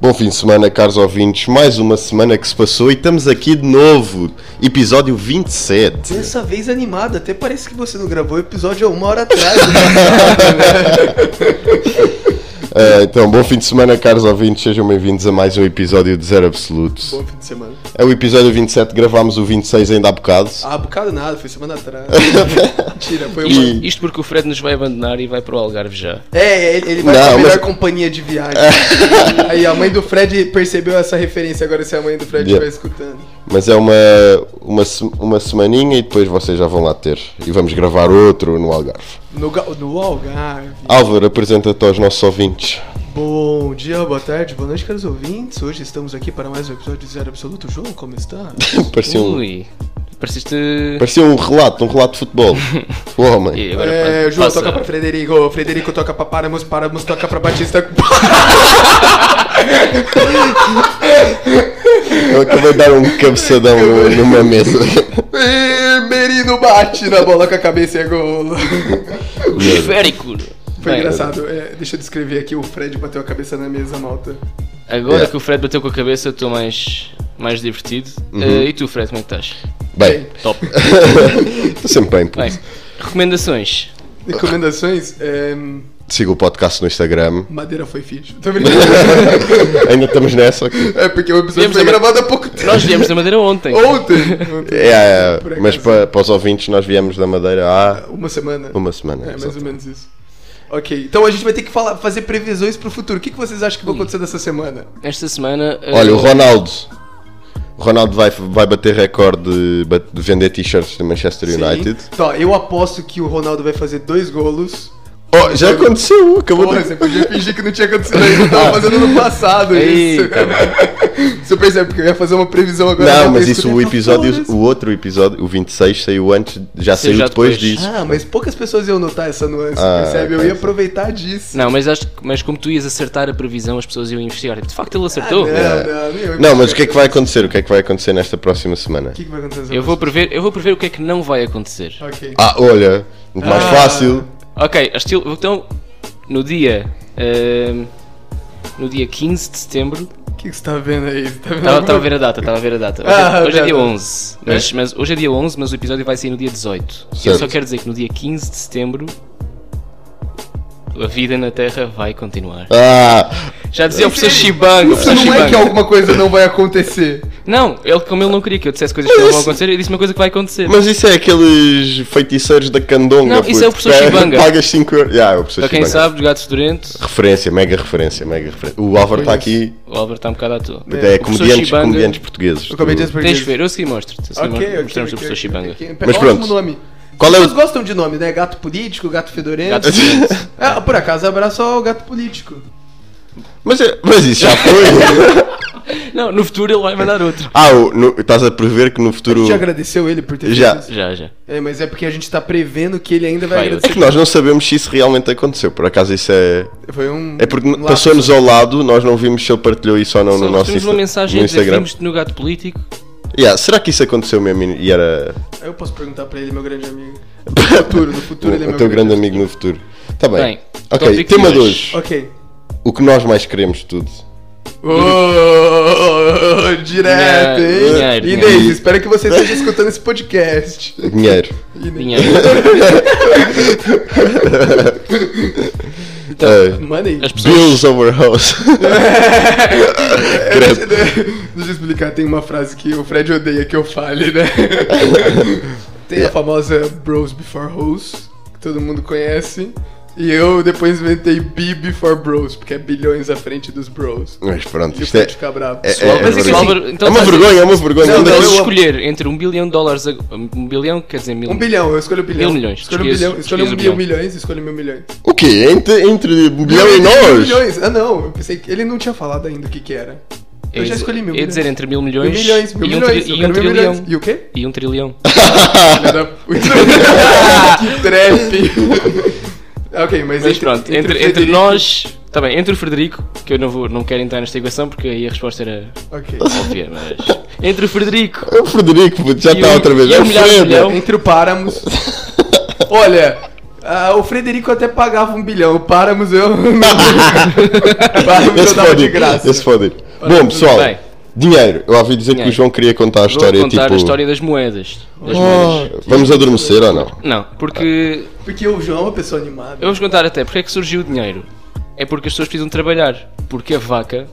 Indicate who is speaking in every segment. Speaker 1: Bom fim de semana, caros ouvintes. Mais uma semana que se passou e estamos aqui de novo. Episódio 27.
Speaker 2: Dessa vez animado, até parece que você não gravou o episódio há uma hora atrás. né?
Speaker 1: Ah, então, bom fim de semana, caros ouvintes. Sejam bem-vindos a mais um episódio de Zero Absoluto.
Speaker 2: Bom fim de semana.
Speaker 1: É o episódio 27, gravámos o 26 ainda há bocado.
Speaker 2: Ah, bocado nada, foi semana atrás. Mentira, foi uma.
Speaker 1: E
Speaker 3: Isto porque o Fred nos vai abandonar e vai para o Algarve já.
Speaker 2: É, ele, ele vai
Speaker 1: Não,
Speaker 2: pra melhor
Speaker 1: mas-
Speaker 2: companhia de viagem. Aí a mãe do Fred percebeu essa referência, agora se a mãe do Fred
Speaker 1: Yeah.
Speaker 2: estiver escutando.
Speaker 1: Mas é uma, uma, se- uma semaninha e depois vocês já vão lá ter. E vamos gravar outro no Algarve.
Speaker 2: No, Ga- no Algarve.
Speaker 1: Álvaro, apresenta-te aos nossos ouvintes.
Speaker 2: Bom dia, boa tarde, boa noite, caros ouvintes. Hoje estamos aqui para mais um episódio de Zero Absoluto. João, como está?
Speaker 1: Parecia um,
Speaker 3: Ui, pareceste.
Speaker 1: parecia um relato, um relato de futebol. O homem.
Speaker 3: E agora
Speaker 2: é,
Speaker 3: pronto,
Speaker 2: João
Speaker 3: passa.
Speaker 2: toca pra Frederico, Frederico toca pra Paramos, Paramos toca pra Batista.
Speaker 1: Eu acabei de dar um cabeçadão no- numa mesa.
Speaker 2: Ê, Merino bate na bola com a cabeça e é gol.
Speaker 3: Esférico!
Speaker 2: Foi
Speaker 3: Bem,
Speaker 2: engraçado. É, deixa eu descrever aqui. O Fred bateu a cabeça na mesa, malta.
Speaker 3: Agora
Speaker 1: É.
Speaker 3: que o Fred bateu com a cabeça, estou mais, mais divertido.
Speaker 1: Uhum.
Speaker 3: Eh, e tu, Fred, como é que estás?
Speaker 1: Bem,
Speaker 3: Top.
Speaker 1: estou sempre bem.
Speaker 3: Bem,
Speaker 1: puto.
Speaker 3: recomendações.
Speaker 2: Recomendações? É,
Speaker 1: Siga o podcast no Instagram.
Speaker 2: madeira foi fixe. Tô brincando.
Speaker 1: Ainda estamos nessa. ok?
Speaker 2: É porque o episódio
Speaker 3: Viemos
Speaker 2: foi
Speaker 3: da-
Speaker 2: gravado há pouco tempo.
Speaker 3: Nós viemos da Madeira ontem.
Speaker 2: Ontem. Ontem.
Speaker 1: É, é,
Speaker 2: Por acaso.
Speaker 1: mas para, para os ouvintes, nós viemos da Madeira há
Speaker 2: Uma semana.
Speaker 1: uma semana.
Speaker 2: É, mais
Speaker 1: exato.
Speaker 2: ou menos isso. Ok, então a gente vai ter que falar, fazer previsões pro futuro. O que, que vocês acham que vai acontecer dessa semana?
Speaker 3: Esta semana. eh,
Speaker 1: Olha, o Ronaldo. O Ronaldo vai, vai bater recorde de, bat- de vender t-shirts do Manchester United.
Speaker 2: Sim. Então, ó, eu aposto que o Ronaldo vai fazer dois golos.
Speaker 1: Oh, já aconteceu, acabou
Speaker 2: Porra,
Speaker 1: de...
Speaker 2: você podia fingir que não tinha acontecido ainda, eu tava fazendo no passado isso.
Speaker 3: Eita,
Speaker 2: Você percebe porque eu ia fazer uma previsão agora.
Speaker 1: Não,
Speaker 2: eu
Speaker 1: mas
Speaker 2: tava
Speaker 1: isso, o
Speaker 2: escutando,
Speaker 1: episódio,
Speaker 2: foda-se.
Speaker 1: o outro episódio, o 26, saiu antes, já
Speaker 3: Saiu
Speaker 1: saiu
Speaker 3: já
Speaker 1: depois,
Speaker 3: depois.
Speaker 1: disso.
Speaker 2: Ah, mas poucas pessoas iam notar essa nuance,
Speaker 1: Ah,
Speaker 2: percebe? Eu
Speaker 1: ok.
Speaker 2: ia aproveitar disso.
Speaker 3: Não, mas, acho, que- mas como tu ias acertar a previsão, as pessoas iam investigar. De facto, ele acertou.
Speaker 2: Ah, não,
Speaker 1: É.
Speaker 2: não, nem eu.
Speaker 1: Não, mas o que é que vai acontecer? O que é que vai acontecer nesta próxima semana?
Speaker 2: O que, que vai acontecer?
Speaker 3: Eu vou, prever, eu vou prever o que é que não vai acontecer.
Speaker 2: Ok.
Speaker 1: Ah, olha, muito mais
Speaker 2: Ah.
Speaker 1: fácil.
Speaker 3: Ok, estilo, então no dia ehm, no dia 15 de setembro
Speaker 2: O que, que você tá vendo aí? Você tá vendo
Speaker 3: estava
Speaker 2: alguma-
Speaker 3: a ver a data, estava a ver a data. Hoje,
Speaker 2: Ah,
Speaker 3: é- hoje é
Speaker 2: tá,
Speaker 3: dia
Speaker 2: tá.
Speaker 3: 11, mas, mas hoje é dia 11, mas o episódio vai sair no dia 18. Eu
Speaker 1: Certo.
Speaker 3: só quero dizer que no dia 15 de setembro a vida na Terra vai continuar.
Speaker 1: Ah,
Speaker 3: Já dizia o professor
Speaker 2: Sim.
Speaker 3: Shibang, o
Speaker 2: Isso
Speaker 3: professor
Speaker 2: não é que
Speaker 3: Shibang.
Speaker 2: alguma coisa não vai acontecer.
Speaker 3: Não, ele como ele não queria que eu dissesse coisas que não vão acontecer, ele disse uma coisa que vai acontecer.
Speaker 1: mas isso é aqueles feiticeiros da candonga.
Speaker 3: Não, isso é o
Speaker 1: puto.
Speaker 3: professor Chibanga.
Speaker 1: Pagas 5 euros. Yeah, é o professor
Speaker 3: Para quem
Speaker 1: Chibanga.
Speaker 3: sabe, os gatos doentes,
Speaker 1: Referência, mega referência, mega referência. O Álvaro está aqui,
Speaker 3: o Álvaro está um bocado à toa.
Speaker 1: é,
Speaker 2: É,
Speaker 3: professor
Speaker 1: comediantes,
Speaker 3: Chibanga.
Speaker 1: comediantes portugueses.
Speaker 2: Eu acabei de
Speaker 1: Tu-
Speaker 3: Tens de
Speaker 2: perder.
Speaker 3: ver, eu segui mostro-te. a seguir
Speaker 2: Ok, ok.
Speaker 3: mostramos o
Speaker 2: ok,
Speaker 3: professor Shibanga.
Speaker 2: ok.
Speaker 1: Mas
Speaker 2: Ótimo
Speaker 1: pronto.
Speaker 2: nome.
Speaker 1: Qual é
Speaker 2: As
Speaker 1: o-
Speaker 2: pessoas gostam de nome, né? Gato político, gato fedorento.
Speaker 3: Gato fedorento.
Speaker 2: Ah, por acaso, abraço ao gato político.
Speaker 1: mas, é- mas isso já foi.
Speaker 3: Não, no futuro ele vai mandar outro.
Speaker 1: ah, o- no- estás a prever que no
Speaker 2: A
Speaker 1: futuro.
Speaker 2: gente já agradeceu ele por ter feito
Speaker 1: Já.
Speaker 2: isso?
Speaker 3: Já, já.
Speaker 2: É, mas é porque a gente tá prevendo que ele ainda vai,
Speaker 3: Vai,
Speaker 1: É
Speaker 2: agradecer.
Speaker 1: que nós não sabemos se isso realmente aconteceu. Por acaso isso é.
Speaker 2: Foi um.
Speaker 1: É porque
Speaker 2: um
Speaker 1: passou-nos ao lado, nós não vimos se ele partilhou isso ou não
Speaker 3: Só
Speaker 1: no nosso
Speaker 3: recebemos
Speaker 1: Insta-
Speaker 3: uma mensagem
Speaker 1: no
Speaker 3: a dizer que
Speaker 1: Instagram.
Speaker 3: vimos no um gato político.
Speaker 1: Yeah, será que isso aconteceu mesmo e e era
Speaker 2: lápis. Eu posso perguntar pra ele, meu grande amigo. No futuro, no futuro ele é
Speaker 1: o
Speaker 2: meu
Speaker 1: teu grande amigo no futuro? Tá bem.
Speaker 3: Bem,
Speaker 1: ok,
Speaker 3: tópico de
Speaker 1: tema de hoje.
Speaker 3: hoje.
Speaker 2: Ok.
Speaker 1: O que nós mais queremos de tudo.
Speaker 2: Ô, direto, hein?
Speaker 3: Dinheiro,
Speaker 2: Inês,
Speaker 3: dinheiro.
Speaker 2: espero que você esteja escutando esse podcast.
Speaker 1: Dinheiro.
Speaker 2: Inês.
Speaker 3: Dinheiro. então,
Speaker 1: Uh,
Speaker 2: Money.
Speaker 3: as pessoas.
Speaker 1: bills over house.
Speaker 2: É, deixa, deixa eu explicar, tem uma frase que o Fred odeia que eu fale, né? tem a famosa Bros Before Hoes, que todo mundo conhece. E eu depois inventei B Before Bros, porque é bilhões à frente dos bros.
Speaker 1: Mas pronto,
Speaker 2: E o
Speaker 1: isto é.
Speaker 2: Fred fica bravo.
Speaker 1: é- é-
Speaker 2: Pessoal,
Speaker 1: é
Speaker 2: mas é que
Speaker 1: vergonha.
Speaker 2: assim,
Speaker 3: Álvaro, então
Speaker 1: é uma
Speaker 3: faz-
Speaker 1: vergonha, é uma vergonha.
Speaker 2: Não,
Speaker 1: Não,
Speaker 2: não,
Speaker 3: Vamos
Speaker 2: eu-
Speaker 3: escolher entre um bilhão de dólares. ag- Um bilhão, quer dizer mil.
Speaker 2: um bilhão, eu escolho um bilhão.
Speaker 3: Mil milhões,
Speaker 2: Escolho um
Speaker 3: escolhias-
Speaker 2: bilhão, escolho um
Speaker 3: escolhias
Speaker 2: mil
Speaker 3: o bilhão.
Speaker 2: milhões, escolho mil milhões.
Speaker 1: O quê? Entre, entre bilhão e nós?
Speaker 2: milhões. Ah, não, eu pensei que ele não tinha falado ainda o que que era. Eu, já
Speaker 3: ia é dizer-
Speaker 2: escolhi mil
Speaker 3: ia dizer entre mil milhões,
Speaker 2: Mil milhões, mil
Speaker 3: e um,
Speaker 2: milhões,
Speaker 3: tri-
Speaker 2: eu
Speaker 3: e um
Speaker 2: quero mil
Speaker 3: trilhão.
Speaker 2: milhões. E o quê?
Speaker 3: E um trilhão.
Speaker 2: Filha da puta. que trap. Ah, ok, mas,
Speaker 3: Mas pronto, entre, entre
Speaker 2: Frederico-
Speaker 3: nós. Tá bem, entre o Frederico, que eu não, vou, não quero entrar nesta equação porque aí a resposta era
Speaker 2: Ok.
Speaker 3: óbvia, mas. Entre o Frederico
Speaker 1: É o Frederico, puto, já
Speaker 3: E
Speaker 1: está
Speaker 3: o-
Speaker 1: outra vez.
Speaker 3: e
Speaker 1: É
Speaker 3: o
Speaker 1: o
Speaker 3: milhão-
Speaker 1: Fred.
Speaker 3: milhão?
Speaker 2: Entre o Páramos. Olha, ah, o Frederico até pagava um bilhão. O Páramos eu. Páramos eu
Speaker 1: Esse
Speaker 2: dava
Speaker 1: pode
Speaker 2: de
Speaker 1: ir.
Speaker 2: graça.
Speaker 1: Esse pode ir.
Speaker 2: Olha,
Speaker 1: Bom, pessoal,
Speaker 3: bem.
Speaker 1: dinheiro. Eu ouvi dizer que o
Speaker 3: Dinheiro.
Speaker 1: João queria contar a
Speaker 3: Vou
Speaker 1: história,
Speaker 3: contar
Speaker 1: tipo...
Speaker 3: a história das moedas. Das moedas.
Speaker 1: Oh, vamos adormecer ou não?
Speaker 3: Não, porque.
Speaker 2: Porque o João é uma pessoa animada.
Speaker 3: Eu vou-vos contar até porque é que surgiu o dinheiro. É porque as pessoas precisam trabalhar. Porque a vaca.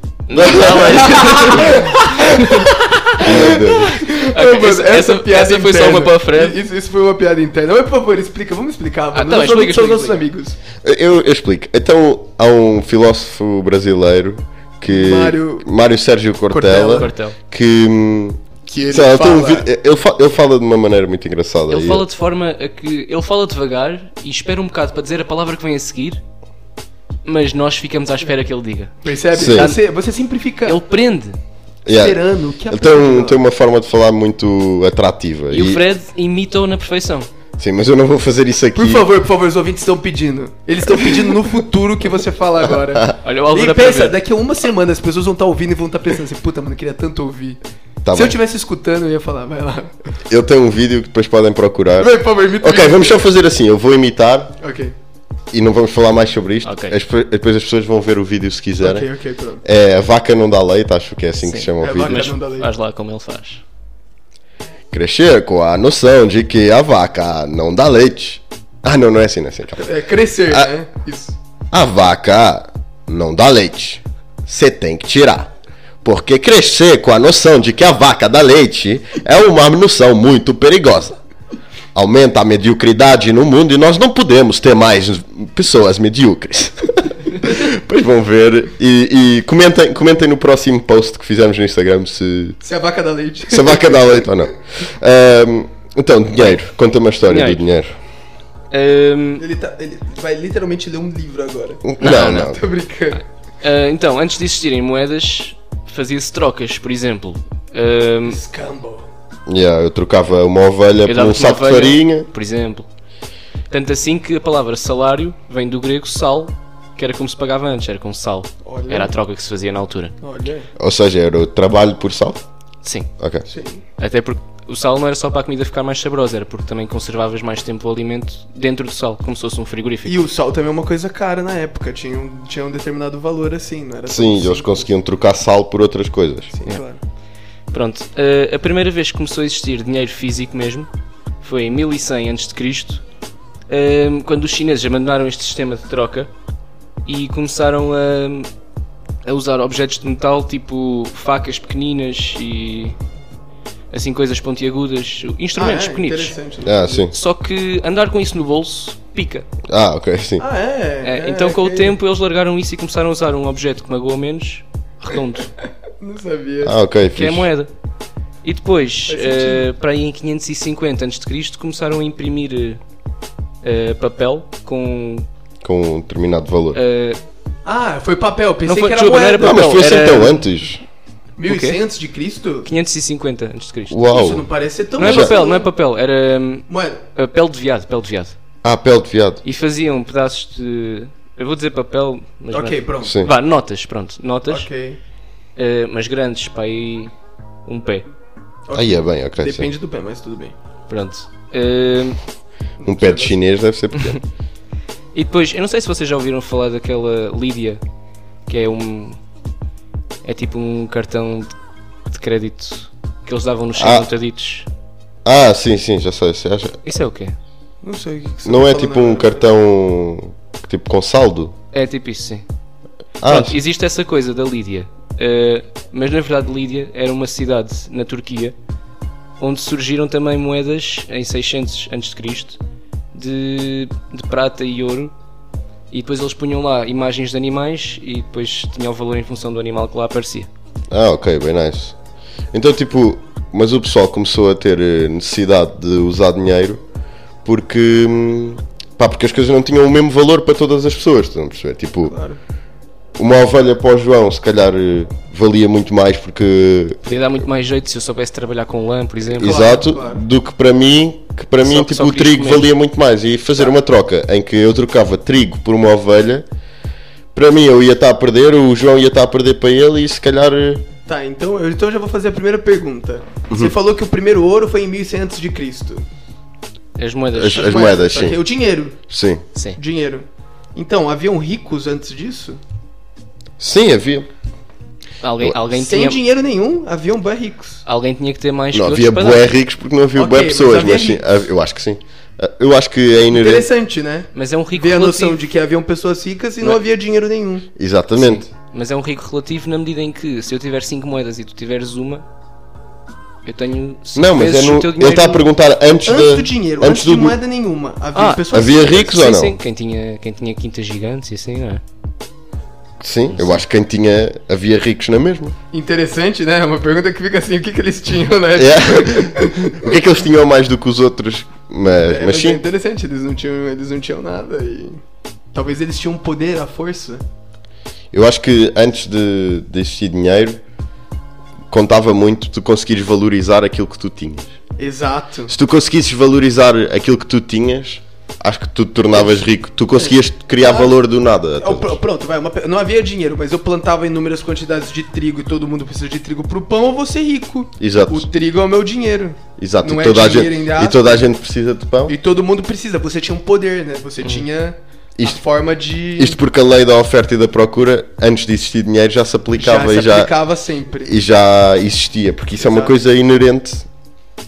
Speaker 1: Meu Deus.
Speaker 2: Ô, mano,
Speaker 3: essa, essa, essa foi só
Speaker 2: interna.
Speaker 3: uma para a frente.
Speaker 2: Isso, isso foi uma piada interna. Mas, por favor, explica. Vamos explicar, mano.
Speaker 3: tá,
Speaker 2: Nós
Speaker 3: explica,
Speaker 2: somos
Speaker 3: explica,
Speaker 2: nossos amigos.
Speaker 1: Eu, eu explico. Então, há um filósofo brasileiro que...
Speaker 2: Mário-
Speaker 1: Mário Sérgio Cortella.
Speaker 2: Cortella.
Speaker 3: Cortella.
Speaker 1: Que... hum,
Speaker 2: Que ele
Speaker 1: sei lá, tem um
Speaker 2: fala-
Speaker 1: vídeo- ele, fa- ele fala de uma maneira muito engraçada.
Speaker 3: Ele
Speaker 1: e-
Speaker 3: fala de forma a que. Ele fala devagar e espera um bocado para dizer a palavra que vem a seguir. Mas nós ficamos à espera que ele diga.
Speaker 2: Percebe?
Speaker 1: Sim.
Speaker 2: Você, você simplifica
Speaker 3: Ele prende.
Speaker 1: Yeah.
Speaker 2: esperando. Que a
Speaker 1: Ele tem, um-
Speaker 2: pessoa-
Speaker 1: tem uma forma de falar muito atrativa.
Speaker 3: E o Fred imita-o na perfeição.
Speaker 1: Sim, mas eu não vou fazer isso aqui.
Speaker 2: Por favor, por favor, os ouvintes estão pedindo. Eles estão pedindo no futuro que você fala agora.
Speaker 3: Olha o Álvaro
Speaker 2: E
Speaker 3: a prever.
Speaker 2: pensa, daqui a uma semana as pessoas vão estar ouvindo e vão estar pensando assim, puta, mano, eu queria tanto ouvir.
Speaker 1: Tá
Speaker 2: Se
Speaker 1: bem.
Speaker 2: eu estivesse escutando, eu ia falar, vai lá.
Speaker 1: Eu tenho um vídeo que depois podem
Speaker 3: Tá
Speaker 1: procurar.
Speaker 2: Vai, por favor, imita
Speaker 1: Ok,
Speaker 2: isso.
Speaker 1: vamos só fazer assim. Eu vou imitar
Speaker 2: Ok, e
Speaker 1: e não vamos falar mais sobre isto.
Speaker 3: Ok.
Speaker 1: As pe- depois as pessoas vão ver o vídeo se quiserem.
Speaker 2: ok, ok, pronto.
Speaker 1: É, a vaca não dá leite, acho que é assim que
Speaker 3: Sim.
Speaker 1: se chama o
Speaker 2: É,
Speaker 1: vídeo.
Speaker 2: vaca-
Speaker 3: Mas
Speaker 2: Não dá lei.
Speaker 3: faz lá como ele faz.
Speaker 1: Crescer com a noção de que a vaca não dá leite. Ah, não, não é assim, não é assim. calma.
Speaker 2: É crescer,
Speaker 1: Ah.
Speaker 2: né? Isso.
Speaker 1: A vaca não dá leite. Você tem que tirar. Porque crescer com a noção de que a vaca dá leite é uma noção muito perigosa. Aumenta a mediocridade no mundo e nós não podemos ter mais pessoas medíocres. pois vão ver. E, e comentem, comentem no próximo post que fizermos no Instagram se,
Speaker 2: Se a vaca dá leite.
Speaker 1: se a vaca dá leite ou não. Ahm, então, dinheiro. Conta-me a história do dinheiro.
Speaker 3: Ahm,
Speaker 2: Ele, tá, ele vai literalmente ler um livro agora.
Speaker 1: Não,
Speaker 3: não.
Speaker 1: não.
Speaker 2: Tô brincando.
Speaker 3: ah, então, antes de existirem moedas, fazia-se trocas, por exemplo. Ahm,
Speaker 2: Scamble.
Speaker 1: Yeah, eu trocava uma ovelha
Speaker 3: Eu
Speaker 1: por
Speaker 3: dava-te
Speaker 1: um
Speaker 3: uma
Speaker 1: saco de
Speaker 3: ovelha,
Speaker 1: farinha.
Speaker 3: Por exemplo. Tanto assim que a palavra salário vem do grego sal, que era como se pagava antes, era com sal.
Speaker 2: Olha.
Speaker 3: Era a troca que se fazia na altura.
Speaker 2: Olha.
Speaker 1: Ou seja, era o trabalho por sal?
Speaker 3: Sim.
Speaker 1: Ok.
Speaker 2: Sim.
Speaker 3: Até porque o sal não era só para a comida ficar mais saborosa, era porque também conservavas mais tempo o alimento dentro do sal, como se fosse um frigorífico.
Speaker 2: E o sal também é uma coisa cara na época. Tinha um, tinha um determinado valor assim, não era tão
Speaker 1: Sim, eles
Speaker 2: simples.
Speaker 1: conseguiam trocar sal por outras coisas.
Speaker 2: Sim, claro.
Speaker 3: Pronto, eh, a primeira vez que começou a existir dinheiro físico mesmo foi em 1100 a.C., ehm, quando os chineses abandonaram este sistema de troca e começaram a, a usar objetos de metal tipo facas pequeninas e assim coisas pontiagudas, instrumentos
Speaker 2: ah, é,
Speaker 3: pequeninos.
Speaker 2: interessante, né?
Speaker 1: Ah, sim.
Speaker 3: Só que andar com isso no bolso pica.
Speaker 1: Ah, ok, sim.
Speaker 2: Ah, é,
Speaker 3: Eh,
Speaker 2: é,
Speaker 3: então com o
Speaker 2: ok.
Speaker 3: tempo eles largaram isso e começaram a usar um objeto que magoa menos, redondo.
Speaker 2: Não sabia.
Speaker 1: Ah, ok,
Speaker 3: que é a
Speaker 1: fixe.
Speaker 3: moeda. E depois,
Speaker 2: Faz sentido.
Speaker 3: eh, para aí em 550 a.C., começaram a imprimir eh, eh, papel com.
Speaker 1: Com um determinado valor.
Speaker 3: eh,
Speaker 2: Ah, foi papel, pensei
Speaker 3: Não foi-
Speaker 2: que era
Speaker 3: desculpa, não
Speaker 2: moeda.
Speaker 3: era
Speaker 1: Não, mas
Speaker 3: não,
Speaker 1: foi assim
Speaker 3: era-
Speaker 1: tão antes.
Speaker 2: 1100 de Cristo?
Speaker 3: 550 a.C.
Speaker 2: Isso não
Speaker 1: Uau.
Speaker 2: parece ser tão
Speaker 3: Não é
Speaker 1: Já-
Speaker 3: papel, não é papel, era hum,
Speaker 2: Moeda.
Speaker 3: eh, pele de viado, pele de viado.
Speaker 1: Ah, pele de viado.
Speaker 3: E faziam pedaços de. Eu vou dizer papel, mas.
Speaker 2: Ok,
Speaker 3: não. é.
Speaker 2: pronto.
Speaker 1: Sim.
Speaker 3: Vá, notas, pronto, notas,
Speaker 2: Ok.
Speaker 3: eh, mas grandes, para aí um pé.
Speaker 1: Aí é bem, ok, sim.
Speaker 2: Depende do pé, mas tudo bem.
Speaker 3: Pronto. Eh,
Speaker 1: Um pé de chinês deve ser pequeno.
Speaker 3: E depois, eu não sei se vocês já ouviram falar daquela Lídia, que é um. É tipo um cartão de- de crédito que eles davam nos
Speaker 1: Ah.
Speaker 3: contaditos.
Speaker 1: Ah, sim, sim, já sei. Você acha?
Speaker 3: Isso é o quê?
Speaker 2: Não sei o que que você
Speaker 1: Não
Speaker 2: tá
Speaker 1: é
Speaker 2: falando
Speaker 1: tipo um
Speaker 2: agora.
Speaker 1: cartão. Tipo com saldo?
Speaker 3: É tipo isso, sim.
Speaker 1: Ah,
Speaker 3: Pronto, existe essa coisa da Lídia. Eh, mas na verdade, Lídia era uma cidade na Turquia onde surgiram também moedas em 600 a.C. De, de prata e ouro. E depois eles punham lá imagens de animais e depois tinha o valor em função do animal que lá aparecia.
Speaker 1: ah, ok, bem nice. Então, tipo, mas o pessoal começou a ter eh, necessidade de usar dinheiro porque. hum, Pá, porque as coisas não tinham o mesmo valor para todas as pessoas, estão a perceber? Tipo,
Speaker 2: Claro.
Speaker 1: uma ovelha para o João se calhar eh, valia muito mais porque
Speaker 3: Podia dar muito mais jeito se eu soubesse trabalhar com lã, por exemplo.
Speaker 1: exato
Speaker 2: claro.
Speaker 1: do que para mim que para mim
Speaker 3: Só-
Speaker 1: tipo
Speaker 3: só
Speaker 1: o
Speaker 3: queria
Speaker 1: trigo
Speaker 3: comer.
Speaker 1: valia muito mais e fazer uma troca em que eu trocava trigo por uma ovelha para mim eu ia estar a perder o João ia estar a perder para ele e se calhar eh,
Speaker 2: Tá, então eu então eu já vou fazer a primeira pergunta.
Speaker 1: Uhum.
Speaker 2: Você falou que o primeiro ouro foi em 1100 antes de Cristo.
Speaker 3: As moedas.
Speaker 1: As- as- moedas,
Speaker 2: ok.
Speaker 1: sim.
Speaker 2: O dinheiro.
Speaker 1: sim
Speaker 3: Sim.
Speaker 2: Dinheiro. Então, haviam ricos antes disso?
Speaker 1: sim havia
Speaker 3: Alguém, alguém,
Speaker 2: Sem
Speaker 3: tinha,
Speaker 2: dinheiro nenhum, haviam bué ricos.
Speaker 3: alguém tinha que ter mais
Speaker 1: Não
Speaker 3: que
Speaker 1: havia
Speaker 3: outros para dar.
Speaker 1: bué ricos porque não havia
Speaker 2: Ok,
Speaker 1: bué
Speaker 2: mas
Speaker 1: pessoas,
Speaker 2: havia
Speaker 1: mas sim,
Speaker 2: ricos.
Speaker 1: eu acho que sim. Eu acho que é inerente.
Speaker 2: Interessante, né?
Speaker 3: Mas é um rico
Speaker 2: Ver a noção
Speaker 3: relativo.
Speaker 2: de que haviam pessoas ricas e não
Speaker 1: Né?
Speaker 3: Não.
Speaker 2: havia dinheiro nenhum.
Speaker 1: Exatamente.
Speaker 3: Mas é um rico relativo na medida em que se eu tiver 5 moedas e tu tiveres uma, eu tenho 5
Speaker 1: Não, mas é no, ele está a perguntar antes,
Speaker 2: Antes
Speaker 1: da-
Speaker 2: do dinheiro,
Speaker 1: antes
Speaker 2: antes de
Speaker 1: do-
Speaker 2: moeda nenhuma, havia
Speaker 3: Ah,
Speaker 2: pessoas
Speaker 1: havia
Speaker 2: ricas.
Speaker 1: ricos ou não?
Speaker 3: Sim, quem tinha, quem tinha quintas gigantes e assim, não é?
Speaker 1: Sim, eu acho que quem tinha. Havia ricos na mesma.
Speaker 2: Interessante, né? Uma pergunta que fica assim, o que, que eles tinham, né?
Speaker 1: É. o que é que eles tinham mais do que os outros? Mas,
Speaker 2: É,
Speaker 1: mas
Speaker 2: é
Speaker 1: sim.
Speaker 2: interessante, eles não tinham, eles não tinham nada e talvez eles tinham um poder, a força.
Speaker 1: Eu acho que antes de, de existir dinheiro, contava muito tu conseguires valorizar aquilo que tu tinhas.
Speaker 2: Exato.
Speaker 1: Se tu conseguisses valorizar aquilo que tu tinhas, acho que tu te tornavas rico. Tu conseguias criar valor do nada. a
Speaker 2: Eu,
Speaker 1: todos.
Speaker 2: Ah. É Então, pr- pronto, vai, uma pe- não havia dinheiro, mas eu plantava inúmeras quantidades de trigo e todo mundo precisa de trigo pro pão, eu vou ser rico.
Speaker 1: Exato.
Speaker 2: O trigo é o meu dinheiro.
Speaker 1: Exato.
Speaker 2: não
Speaker 1: E
Speaker 2: é
Speaker 1: toda, a
Speaker 2: dinheiro,
Speaker 1: gente,
Speaker 2: entre aspas.
Speaker 1: e toda a gente precisa de pão.
Speaker 2: E todo mundo precisa, você tinha um poder, né?
Speaker 1: Hum.
Speaker 2: Você tinha
Speaker 1: Isto-
Speaker 2: a forma de...
Speaker 1: Isto porque a lei da oferta e da procura, antes de existir dinheiro, já se
Speaker 2: já
Speaker 1: aplicava
Speaker 2: se
Speaker 1: e já.
Speaker 2: aplicava sempre.
Speaker 1: e já existia, porque isso é uma
Speaker 2: Exato.
Speaker 1: coisa inerente,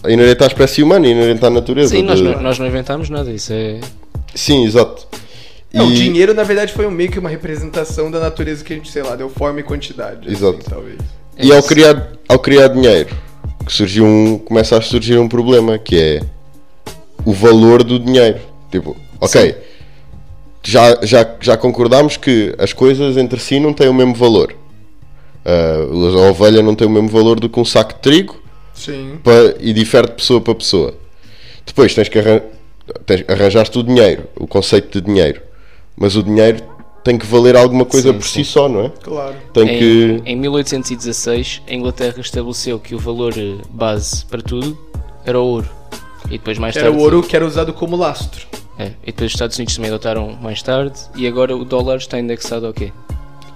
Speaker 1: inerente à espécie humana, inerente à natureza.
Speaker 3: Sim, nós
Speaker 1: de-
Speaker 3: não, nós não inventámos nada, isso é.
Speaker 1: Sim, exato.
Speaker 2: É, o
Speaker 1: E-
Speaker 2: dinheiro, na verdade, foi um meio que uma representação da natureza que a gente, sei lá, deu forma e quantidade.
Speaker 1: Exato.
Speaker 2: assim, talvez.
Speaker 1: E
Speaker 3: é
Speaker 1: ao criar, ao criar dinheiro, que surgiu um, começa a surgir um problema, que é o valor do dinheiro. Tipo, ok, já, já, já concordámos que as coisas entre si não têm o mesmo valor. Ah, a ovelha não tem o mesmo valor do que um saco de trigo,
Speaker 2: Sim.
Speaker 1: pa- e difere de pessoa para pessoa. Depois tens que arran tens, arranjaste o dinheiro, o conceito de dinheiro. Mas o dinheiro tem que valer alguma coisa
Speaker 3: Sim,
Speaker 1: por
Speaker 3: sim.
Speaker 1: si só, não é?
Speaker 2: Claro.
Speaker 1: Tem
Speaker 3: Em,
Speaker 1: que.
Speaker 3: em 1816, a Inglaterra estabeleceu que o valor eh, base para tudo era o ouro. E depois mais
Speaker 2: Era
Speaker 1: é
Speaker 3: tarde.
Speaker 2: o ouro que era usado como lastro.
Speaker 3: É, e depois os Estados Unidos também adotaram mais tarde. E agora o dólar está indexado ao quê?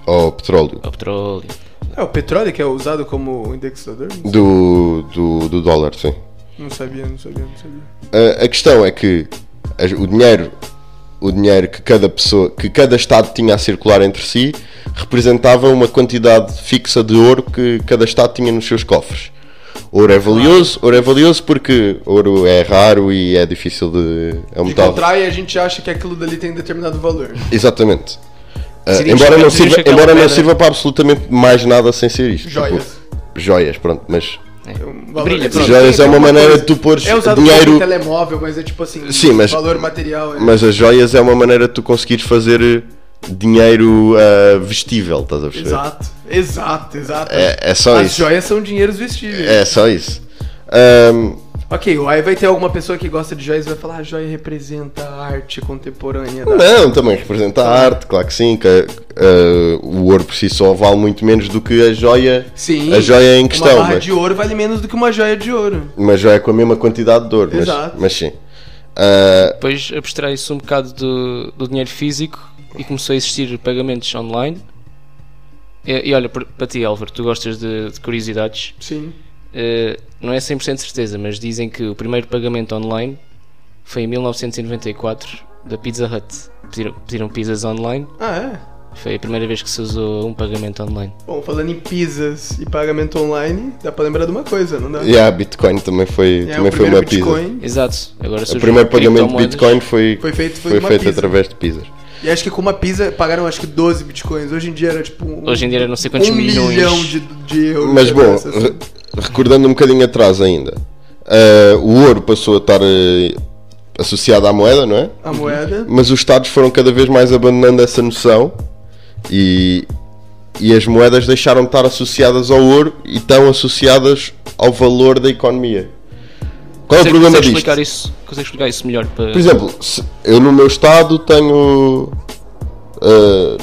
Speaker 1: Ó, o petróleo.
Speaker 3: Ao petróleo. né?
Speaker 2: É, o petróleo que é usado como indexador?
Speaker 1: Do, do, do dólar, sim.
Speaker 2: Não sabia, não sabia, não sabia.
Speaker 1: A, a questão é que as- o dinheiro. O dinheiro que cada pessoa, que cada estado tinha a circular entre si, representava uma quantidade fixa de ouro que cada estado tinha nos seus cofres. Ouro é valioso, ouro é valioso porque ouro é raro e é difícil de. É um
Speaker 2: De
Speaker 1: metal-
Speaker 2: contrai, Então, a gente acha que aquilo dali tem determinado valor.
Speaker 1: Exatamente. Ah,
Speaker 3: Seria
Speaker 1: embora
Speaker 3: que-
Speaker 1: não,
Speaker 3: seria
Speaker 1: sirva,
Speaker 3: que aquela
Speaker 1: embora não
Speaker 3: pedra-
Speaker 1: sirva para absolutamente mais nada sem ser isto.
Speaker 2: Joias.
Speaker 1: Tipo, joias, pronto, mas.
Speaker 2: É um
Speaker 3: Brilha,
Speaker 2: Pronto,
Speaker 1: joias
Speaker 2: tem-
Speaker 1: é uma
Speaker 2: tem
Speaker 1: maneira
Speaker 2: coisa-
Speaker 1: de tu pôr
Speaker 2: É usado
Speaker 1: dinheiro.
Speaker 2: como telemóvel, mas é tipo assim,
Speaker 1: Sim, mas-
Speaker 2: valor material. é.
Speaker 1: Mas as joias é uma maneira de tu conseguires fazer eh, dinheiro ah, vestível, estás a perceber?
Speaker 2: Exato, exato, exato.
Speaker 1: É, é só
Speaker 2: As
Speaker 1: isso.
Speaker 2: joias são dinheiros vestíveis.
Speaker 1: É só isso. Ahm,
Speaker 2: Ok, aí vai ter alguma pessoa que gosta de joias e vai falar, a joia representa a arte contemporânea. Da...
Speaker 1: não, também representa a arte, claro que sim. Que, ah, o ouro por si só vale muito menos do que a joia.
Speaker 2: Sim,
Speaker 1: A joia é em
Speaker 2: uma
Speaker 1: questão.
Speaker 2: barra
Speaker 1: mas-
Speaker 2: de ouro vale menos do que uma joia de ouro.
Speaker 1: Mas já é com a mesma quantidade de ouro, mas,
Speaker 2: Exato.
Speaker 1: mas sim. Ah,
Speaker 3: Depois abstrai-se um bocado do, do dinheiro físico e começou a existir pagamentos online. E, e olha, por- para ti, Álvaro, tu gostas de, de curiosidades.
Speaker 2: Sim.
Speaker 3: Eh, não é 100% certeza, mas dizem que o primeiro pagamento online foi em 1994 da Pizza Hut. Pediram, pediram pizzas online.
Speaker 2: Ah, é?
Speaker 3: Foi a primeira vez que se usou um pagamento online.
Speaker 2: Bom, falando em pizzas e pagamento online, dá pra lembrar de uma coisa, não dá?
Speaker 1: e a Bitcoin também foi,
Speaker 2: É,
Speaker 1: também
Speaker 2: o
Speaker 1: foi
Speaker 2: primeiro
Speaker 1: uma pizza.
Speaker 2: Bitcoin
Speaker 3: Exato. Agora
Speaker 1: O
Speaker 3: surgiu
Speaker 1: primeiro pagamento de
Speaker 3: criptomoedas.
Speaker 1: Bitcoin foi,
Speaker 2: foi feito, foi,
Speaker 1: foi
Speaker 2: uma
Speaker 1: feito
Speaker 2: pizza.
Speaker 1: através de pizzas.
Speaker 2: E acho que com uma pizza pagaram acho que 12 Bitcoins. Hoje em dia era tipo um,
Speaker 3: Hoje em dia era não sei quantos
Speaker 2: um
Speaker 3: milhões.
Speaker 2: milhão de, de euros.
Speaker 1: Mas
Speaker 2: né,
Speaker 1: bom,
Speaker 2: essas-
Speaker 1: re- recordando um bocadinho atrás ainda, ah, o ouro passou a estar ah, associado à moeda, não é?
Speaker 2: A moeda.
Speaker 1: Mas os Estados foram cada vez mais abandonando essa noção e, e as moedas deixaram de estar associadas ao ouro e estão associadas ao valor da economia. Qual é o
Speaker 3: Consegue-
Speaker 1: problema
Speaker 3: consegue
Speaker 1: disto?
Speaker 3: explicar isso? Consegue explicar isso melhor para.
Speaker 1: Por exemplo, se- eu no meu estado tenho. ah,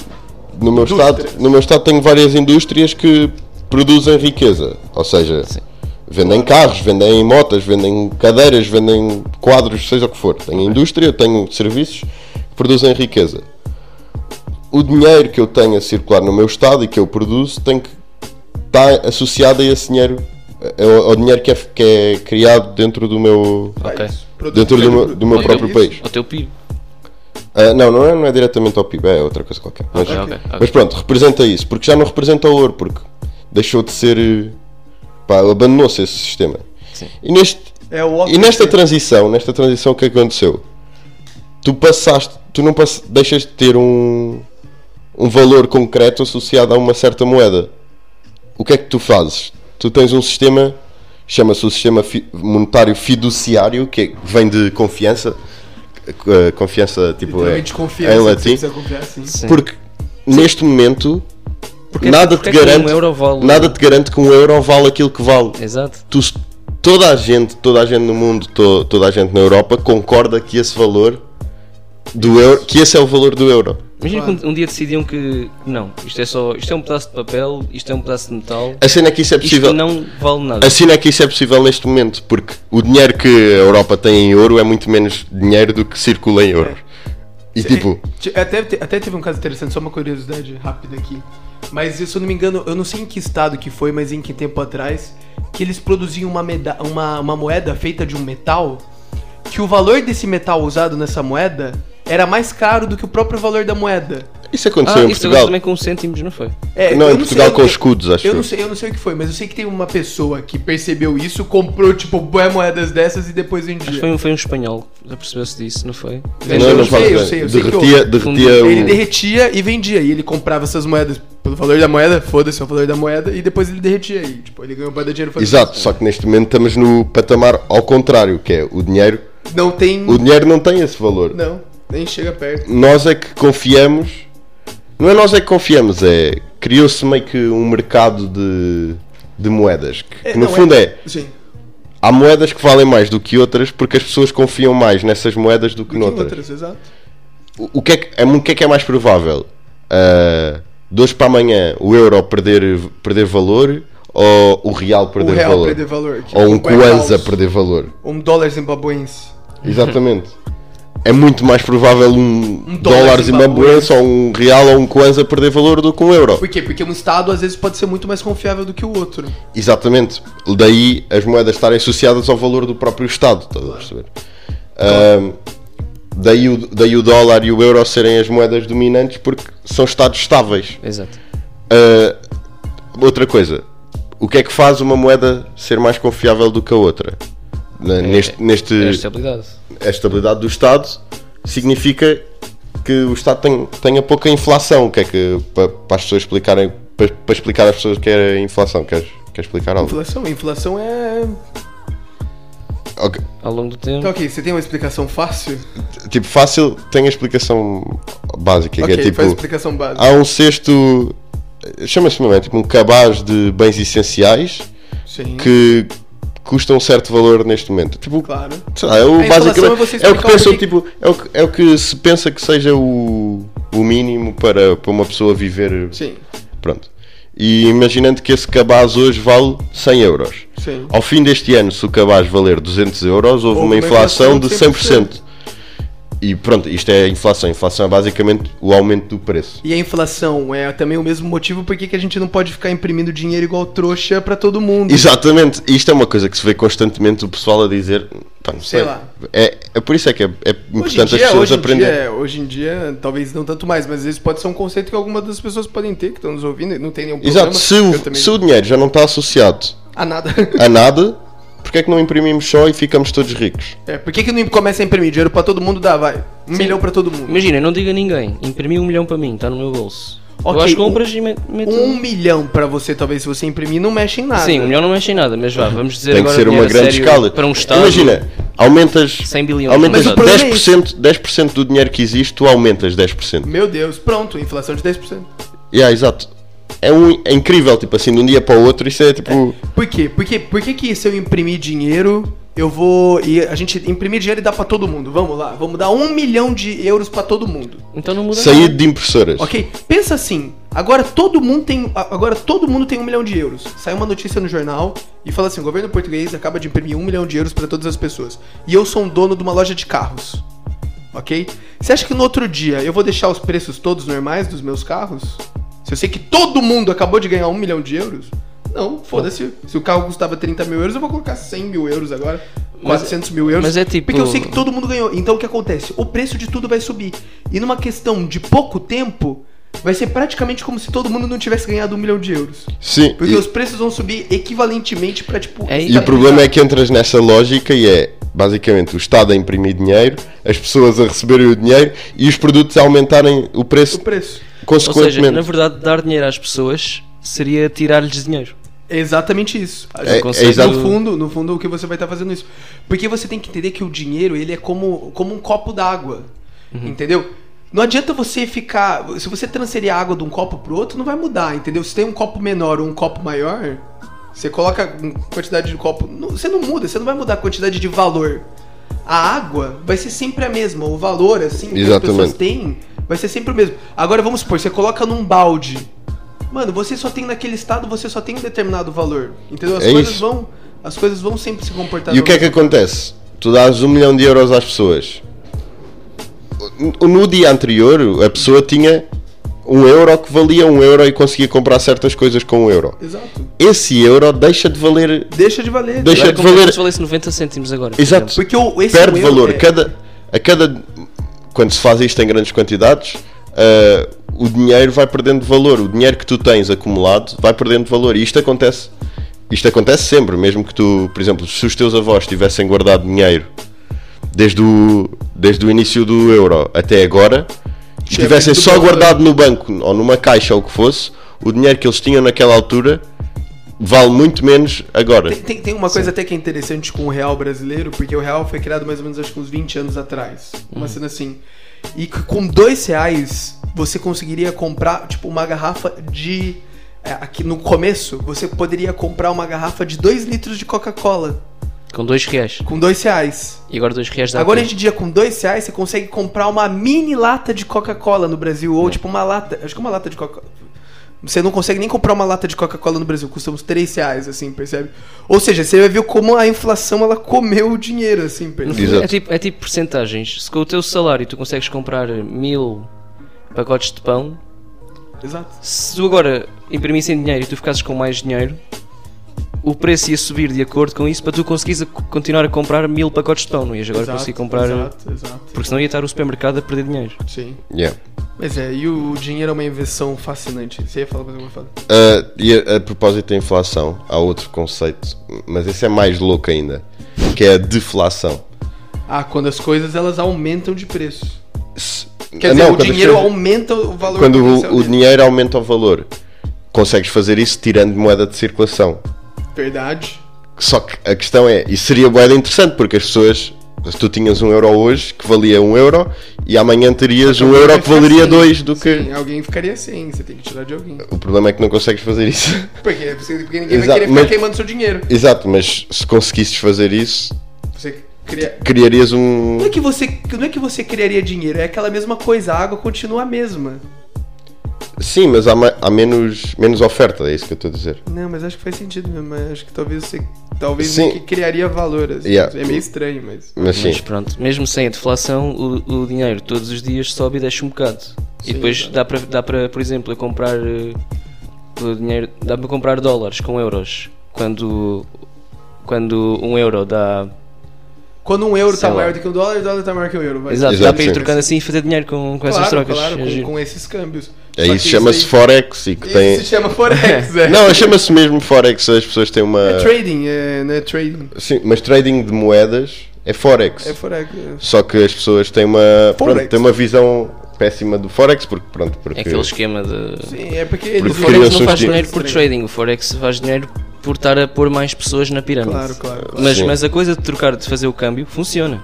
Speaker 1: no, meu estado, no meu estado tenho várias indústrias que produzem riqueza. Ou seja,
Speaker 3: Sim.
Speaker 1: vendem carros, vendem motas, vendem cadeiras, vendem quadros, seja o que for. Tenho indústria, tenho serviços que produzem riqueza. O dinheiro que eu tenho a circular no meu estado e que eu produzo tem que estar associado a esse dinheiro. Ao ao dinheiro que é, que é criado dentro do meu,
Speaker 3: Ok.
Speaker 2: País. Produto
Speaker 1: dentro do
Speaker 2: feito
Speaker 1: meu,
Speaker 2: por-
Speaker 1: do meu
Speaker 2: por
Speaker 1: próprio
Speaker 2: país.
Speaker 1: país.
Speaker 3: O teu PIB.
Speaker 1: Ah, não, não é, não é diretamente ao PIB, é outra coisa qualquer. Mas,
Speaker 3: Ah, Ok, ok, ok.
Speaker 1: mas pronto, representa isso, porque já não representa o ouro, porque deixou de ser. eh, Pá, ele abandonou-se esse sistema.
Speaker 3: Sim.
Speaker 1: E, neste,
Speaker 2: É o
Speaker 1: e nesta transição, nesta transição, o que é que aconteceu? Tu passaste, tu não pass, deixas de ter um, um valor concreto associado a uma certa moeda. O que é que tu fazes? Tu tens um sistema, chama-se o sistema fi- monetário fiduciário, que é- vem de confiança. eh, Confiança, tipo, é,
Speaker 2: Literalmente desconfiança.
Speaker 1: em
Speaker 2: que você
Speaker 1: latim.
Speaker 2: precisa confiar, sim.
Speaker 3: Sim.
Speaker 1: Porque neste momento
Speaker 3: Porque-
Speaker 1: nada
Speaker 3: porque
Speaker 1: te
Speaker 3: é que
Speaker 1: garante
Speaker 3: um euro vale-
Speaker 1: nada te garante que um euro vale aquilo que vale.
Speaker 3: Exato.
Speaker 1: Tu, toda a gente, toda a gente no mundo, to- toda a gente na Europa concorda que esse valor do euro, que esse é o valor do euro.
Speaker 3: Imagina
Speaker 2: Claro.
Speaker 3: quando um dia decidiam que não, isto é só, isto é um pedaço de papel, isto é um pedaço de metal,
Speaker 1: A cena é que isso é possível.
Speaker 3: isto não vale nada.
Speaker 1: A cena é que isso é possível neste momento, porque o dinheiro que a Europa tem em euro é muito menos dinheiro do que circula em euros. E tipo,
Speaker 2: Ti- Até, te- até teve um caso interessante, só uma curiosidade rápida aqui. Mas se eu não me engano, eu não sei em que estado que foi, mas em que tempo atrás, que eles produziam uma, meda- uma, uma moeda feita de um metal, que o valor desse metal usado nessa moeda era mais caro do que o próprio valor da moeda.
Speaker 1: isso aconteceu
Speaker 3: ah,
Speaker 1: em
Speaker 3: isso agora
Speaker 1: Portugal.
Speaker 3: também com cêntimos, não foi?
Speaker 2: É,
Speaker 1: Não,
Speaker 2: eu
Speaker 1: em Portugal
Speaker 2: sei-
Speaker 1: com
Speaker 2: eu-
Speaker 1: escudos, acho
Speaker 2: eu
Speaker 1: eu.
Speaker 2: não sei Eu não sei o que foi, mas eu sei que tem uma pessoa que percebeu isso, comprou, tipo, boé moedas dessas e depois
Speaker 3: Acho que
Speaker 2: vendia.
Speaker 3: foi um, foi um espanhol, já percebeu-se disso, não foi?
Speaker 2: Não,
Speaker 1: Não,
Speaker 2: eu
Speaker 1: não
Speaker 2: sei,
Speaker 1: falo.
Speaker 2: eu sei, eu sei que
Speaker 1: Derretia,
Speaker 2: eu-
Speaker 1: derretia
Speaker 2: Ele
Speaker 1: o-
Speaker 2: derretia e vendia. E ele comprava essas moedas pelo valor da moeda, foda-se é o valor da moeda, e depois ele derretia. E tipo, ele ganhou para dar dinheiro pra
Speaker 1: Exato, só que neste momento estamos no patamar ao contrário, que é o dinheiro.
Speaker 2: Não tem.
Speaker 1: O dinheiro não tem esse valor.
Speaker 2: Não, nem chega perto.
Speaker 1: Nós é que confiamos. Não é nós é que confiamos, é. Criou-se meio que um mercado de, de moedas. Que, que no
Speaker 2: não,
Speaker 1: fundo é.
Speaker 2: Sim.
Speaker 1: Há moedas que valem mais do que outras porque as pessoas confiam mais nessas moedas do que
Speaker 2: Tem
Speaker 1: noutras.
Speaker 2: outras, exato.
Speaker 1: O, o que é que, é, o que é que é mais provável? Ah, de hoje para amanhã o euro perder, perder valor ou o real perder
Speaker 2: o Um real
Speaker 1: valor?
Speaker 2: perder valor. que
Speaker 1: Ou um
Speaker 2: é mais
Speaker 1: Kwanza
Speaker 2: alto.
Speaker 1: perder valor?
Speaker 2: Um dólar zimbabuense.
Speaker 1: Exatamente. É muito mais provável um,
Speaker 2: Um dólar
Speaker 1: dólar
Speaker 2: zimbabuense.
Speaker 1: zimbabuense ou um real ou um kwanza perder valor do que um euro.
Speaker 2: Por quê? Porque um estado às vezes pode ser muito mais confiável do que o outro.
Speaker 1: Exatamente. Daí as moedas estarem associadas ao valor do próprio Estado, estás a perceber? Ahm, daí, o, daí o dólar e o euro serem as moedas dominantes porque são Estados estáveis.
Speaker 3: Exato.
Speaker 1: Ah, outra coisa, o que é que faz uma moeda ser mais confiável do que a outra? Na- neste, neste,
Speaker 3: É a estabilidade.
Speaker 1: a estabilidade do Estado significa que o Estado tem, tenha pouca inflação. O que é que para, para as pessoas explicarem para, para explicar às pessoas o que é a inflação? Queres, queres explicar algo?
Speaker 2: Inflação. Inflação é.
Speaker 1: Ok.
Speaker 3: Ao longo do tempo.
Speaker 2: Tá ok, você tem uma explicação fácil?
Speaker 1: Tipo, fácil tem a explicação básica,
Speaker 2: ok,
Speaker 1: que é tipo.
Speaker 2: faz a explicação básica.
Speaker 1: Há um cesto. Chama-se não é? Tipo um cabaz de bens essenciais
Speaker 2: Sim.
Speaker 1: que custa um certo valor neste momento. Tipo,
Speaker 2: Claro.
Speaker 1: sei lá, é o
Speaker 2: A inflação é você
Speaker 1: basicamente. É, o que
Speaker 2: explicar o
Speaker 1: pensam,
Speaker 2: porquê-
Speaker 1: tipo, é o, que- é o que se pensa que seja o, o mínimo para, para uma pessoa viver.
Speaker 2: Sim.
Speaker 1: Pronto. E imaginando que esse cabaz hoje vale 100 euros.
Speaker 2: Sim.
Speaker 1: Ao fim deste ano, se o cabaz valer 200 euros, houve
Speaker 2: Houve
Speaker 1: uma
Speaker 2: uma inflação
Speaker 1: inflação
Speaker 2: de
Speaker 1: de 100%. E pronto, isto é a inflação. A inflação é basicamente o aumento do preço.
Speaker 2: E a inflação é também o mesmo motivo por que que a gente não pode ficar imprimindo dinheiro igual trouxa pra todo mundo.
Speaker 1: Exatamente, isto é uma coisa que se vê constantemente o pessoal a dizer. pá, não
Speaker 2: Sei lá.
Speaker 1: É, é por isso é que é, é
Speaker 2: Hoje em,
Speaker 1: importante
Speaker 2: dia, é
Speaker 1: as pessoas
Speaker 2: hoje, em
Speaker 1: aprenderem.
Speaker 2: dia, hoje em dia, talvez não tanto mais, mas isso pode ser um conceito que algumas das pessoas podem ter que estão nos ouvindo e não tem nenhum um problema.
Speaker 1: Exato, se
Speaker 2: eu
Speaker 1: o,
Speaker 2: também
Speaker 1: se o dinheiro já não está associado
Speaker 2: A nada.
Speaker 1: a nada, porque é que não imprimimos só e ficamos todos ricos?
Speaker 2: É, por que, que não começa a imprimir dinheiro pra todo mundo? Dá, vai. Um milhão pra todo mundo.
Speaker 3: Imagina, não diga a ninguém, imprimi um milhão para mim, está no meu bolso.
Speaker 2: Ok,
Speaker 3: Eu às
Speaker 2: um-
Speaker 3: compras e me- meto.
Speaker 2: Um milhão pra você, talvez, se você imprimir, não mexe em nada.
Speaker 3: Sim, um milhão não mexe em nada, mas vá, vamos dizer
Speaker 1: Tem que
Speaker 3: agora
Speaker 1: ser uma
Speaker 3: dinheiro a
Speaker 1: grande
Speaker 3: sério
Speaker 1: escala.
Speaker 3: para um Estado.
Speaker 1: Imagina, aumentas,
Speaker 3: 100 bilhões.
Speaker 1: aumentas
Speaker 2: Mas o problema é
Speaker 1: 10%, 10% do dinheiro que existe, tu aumentas 10%.
Speaker 2: Meu Deus, pronto, inflação de 10%.
Speaker 1: Yeah, exato. É, um, é incrível, tipo assim, de um dia para o outro, isso é tipo.
Speaker 2: Por quê? Por quê? Por que, que se eu imprimir dinheiro, eu vou. E a gente imprimir dinheiro e dá pra todo mundo. Vamos lá, vamos dar um milhão de euros pra todo mundo.
Speaker 3: Então não muda
Speaker 1: sair
Speaker 3: nada.
Speaker 1: de impressoras.
Speaker 2: Ok? Pensa assim, agora todo mundo tem. a- Agora todo mundo tem um milhão de euros. Sai uma notícia no jornal e fala assim: o governo português acaba de imprimir um milhão de euros pra todas as pessoas. E eu sou um dono de uma loja de carros. Ok? Você acha que no outro dia eu vou deixar os preços todos normais dos meus carros? Se eu sei que todo mundo acabou de ganhar um milhão de euros? Não, foda-se. Se o carro custava 30 mil euros, eu vou colocar 100 mil euros agora.
Speaker 3: Mas-
Speaker 2: 400 mil euros.
Speaker 3: mas é tipo-
Speaker 2: Porque eu sei que todo mundo ganhou. Então o que acontece? O preço de tudo vai subir. E numa questão de pouco tempo, vai ser praticamente como se todo mundo não tivesse ganhado um milhão de euros.
Speaker 1: Sim.
Speaker 2: Porque
Speaker 1: e-
Speaker 2: os preços vão subir equivalentemente pra, tipo...
Speaker 3: É,
Speaker 1: E o problema é que entras nessa lógica e é basicamente o Estado a imprimir dinheiro, as pessoas a receberem o dinheiro e os produtos a aumentarem o preço
Speaker 2: O preço.
Speaker 3: Ou seja, na
Speaker 1: consequentemente.
Speaker 3: verdade, dar dinheiro às pessoas seria tirar-lhes dinheiro.
Speaker 2: É exatamente isso.
Speaker 1: É-
Speaker 3: conceito-
Speaker 1: é
Speaker 2: No
Speaker 1: exato-
Speaker 2: fundo, no fundo, o que você vai estar fazendo isso. Porque você tem que entender que o dinheiro, ele é como, como um copo d'água.
Speaker 1: Uhum.
Speaker 2: Entendeu? Não adianta você ficar. Se você transferir a água de um copo pro outro, não vai mudar, entendeu? Se tem um copo menor ou um copo maior, você coloca uma quantidade de copo. não- você não muda, você não vai mudar a quantidade de valor. A água vai ser sempre a mesma. O valor, assim, que as pessoas
Speaker 1: Exatamente.
Speaker 2: têm, vai ser sempre o mesmo. Agora vamos supor, você coloca num balde. Mano, você só tem naquele estado, você só tem um determinado valor. Entendeu? As
Speaker 1: É
Speaker 2: coisas
Speaker 1: isso.
Speaker 2: vão. As coisas vão sempre se comportar.
Speaker 1: E o que é que acontece? Tu dás um milhão de euros às pessoas. No- No dia anterior, a pessoa tinha um euro que valia um euro e conseguia comprar certas coisas com um euro.
Speaker 2: Exato.
Speaker 1: Esse euro deixa de valer.
Speaker 2: Deixa de valer.
Speaker 1: Deixa
Speaker 3: Agora,
Speaker 1: de
Speaker 3: como
Speaker 1: valer-
Speaker 3: se valesse 90 cêntimos agora. por
Speaker 1: Exato.
Speaker 3: exemplo.
Speaker 2: Porque o, esse
Speaker 1: perde
Speaker 2: euro
Speaker 1: valor.
Speaker 2: é-
Speaker 1: Cada, a cada. Quando se faz isto em grandes quantidades, ah, o dinheiro vai perdendo valor. O dinheiro que tu tens acumulado vai perdendo valor. E isto acontece. Isto acontece sempre, mesmo que tu, por exemplo, se os teus avós tivessem guardado dinheiro desde o, desde o início do euro até agora, e
Speaker 2: Tinha
Speaker 1: tivessem
Speaker 2: é muito
Speaker 1: só
Speaker 2: né? valor.
Speaker 1: guardado no banco ou numa caixa ou o que fosse, o dinheiro que eles tinham naquela altura vale muito menos agora.
Speaker 2: Tem, tem- tem uma coisa até que é interessante com o real brasileiro, porque o real foi criado mais ou menos acho que uns 20 anos atrás. Uma cena assim. E c- com dois reais você conseguiria comprar, tipo, uma garrafa de. é, Aqui no começo, você poderia comprar uma garrafa de 2 litros de Coca-Cola
Speaker 3: Com 2 reais.
Speaker 2: com dois reais.
Speaker 3: E agora 2 reais dá
Speaker 2: Agora
Speaker 3: para-
Speaker 2: hoje em dia, com dois reais, você consegue comprar uma mini lata de Coca-Cola no Brasil.
Speaker 1: É.
Speaker 2: Ou tipo uma lata. Acho que uma lata de Coca-Cola. Você não consegue nem comprar uma lata de Coca-Cola no Brasil, custa uns 3 reais, assim, percebe? Ou seja, você vai ver como a inflação ela comeu o dinheiro, assim,
Speaker 3: No
Speaker 2: percebe?
Speaker 1: Exato.
Speaker 3: fundo, É tipo, é tipo porcentagens. Se com o teu salário tu consegues comprar mil pacotes de pão,
Speaker 2: Exato.
Speaker 3: se tu agora imprimissem dinheiro e tu ficasses com mais dinheiro, o preço ia subir de acordo com isso para tu conseguires a- continuar a comprar mil pacotes de pão. Não ias agora
Speaker 2: Exato,
Speaker 3: conseguir comprar.
Speaker 2: Exato, exato.
Speaker 3: Porque senão ia estar o supermercado a perder dinheiro.
Speaker 2: Sim.
Speaker 1: Yeah.
Speaker 2: Mas é, e o dinheiro é uma invenção fascinante. Você ia falar mais alguma coisa?
Speaker 1: Ah, e a, a propósito da inflação, há outro conceito, mas esse é mais louco ainda, que é a deflação.
Speaker 2: Ah, quando as coisas elas aumentam de preço.
Speaker 1: Se-
Speaker 2: Quer
Speaker 1: ah,
Speaker 2: dizer, o
Speaker 1: quando as
Speaker 2: dinheiro
Speaker 1: coisas-
Speaker 2: aumenta o valor né?
Speaker 1: Quando
Speaker 2: comercial
Speaker 1: o, o
Speaker 2: dele.
Speaker 1: dinheiro aumenta o valor, consegues fazer isso tirando moeda de circulação.
Speaker 2: Verdade.
Speaker 1: Só que a questão é, isso seria moeda interessante, porque as pessoas, se tu tinhas um euro hoje que valia um euro, e amanhã terias
Speaker 2: Então,
Speaker 1: um euro que valeria dois do que.
Speaker 2: é Sim, é. alguém ficaria sem, você tem que tirar de alguém.
Speaker 1: O problema é que não consegues fazer isso.
Speaker 2: Porque, porque ninguém vai
Speaker 1: Exato,
Speaker 2: querer ficar
Speaker 1: mas-
Speaker 2: queimando seu dinheiro.
Speaker 1: Exato, mas se conseguisses fazer isso,
Speaker 2: Você cria...
Speaker 1: criarias
Speaker 2: Não é,
Speaker 1: um.
Speaker 2: que você, não é que você criaria dinheiro, é aquela mesma coisa, a água continua a mesma.
Speaker 1: Sim, mas há, ma- há menos, menos oferta, é isso que eu estou a dizer.
Speaker 2: Não, mas acho que faz sentido mesmo, mas acho que talvez você talvez
Speaker 1: Sim.
Speaker 2: que criaria valor, assim.
Speaker 1: Yeah.
Speaker 2: É meio estranho, mas...
Speaker 1: Mas sim,
Speaker 3: Mas pronto, mesmo sem a deflação, o, o dinheiro todos os dias sobe e desce um bocado.
Speaker 2: Sim,
Speaker 3: e depois
Speaker 2: exato.
Speaker 3: dá para, dá para, por exemplo, eu comprar eh, o dinheiro, dá para comprar dólares com euros. Quando quando um euro dá,
Speaker 2: Quando um euro
Speaker 3: Sei
Speaker 2: tá
Speaker 3: lá.
Speaker 2: maior do que um dólar, o dólar tá maior que um euro. Vai.
Speaker 3: exato, dá
Speaker 1: Exato,
Speaker 3: para ir
Speaker 1: sim.
Speaker 3: trocando assim e fazer dinheiro com, com essas
Speaker 2: Claro,
Speaker 3: trocas.
Speaker 2: claro,
Speaker 3: É
Speaker 2: com,
Speaker 3: giro.
Speaker 2: com esses câmbios.
Speaker 1: é
Speaker 2: Só que
Speaker 1: isso chama-se
Speaker 2: aí-
Speaker 1: Forex e que
Speaker 2: Isso
Speaker 1: tem.
Speaker 2: se chama Forex, é.
Speaker 1: Não, chama-se mesmo Forex, as pessoas têm uma.
Speaker 2: É trading, é, não é trading.
Speaker 1: Sim, mas trading de moedas é Forex.
Speaker 2: É Forex. é.
Speaker 1: Só que as pessoas têm uma.
Speaker 2: Forex.
Speaker 1: Pronto, têm uma visão péssima do Forex, porque pronto,
Speaker 3: É
Speaker 1: porque.
Speaker 3: aquele esquema de.
Speaker 2: Sim, é porque eles...
Speaker 3: O
Speaker 1: Porque
Speaker 2: usam-
Speaker 3: Forex
Speaker 1: criam-se
Speaker 3: não
Speaker 1: uns
Speaker 3: faz
Speaker 1: di-
Speaker 3: dinheiro por trading, o Forex faz dinheiro por estar a pôr mais pessoas na pirâmide.
Speaker 2: Claro, claro, claro.
Speaker 3: Mas,
Speaker 1: Sim.
Speaker 3: mas a coisa de trocar, de fazer o câmbio, funciona.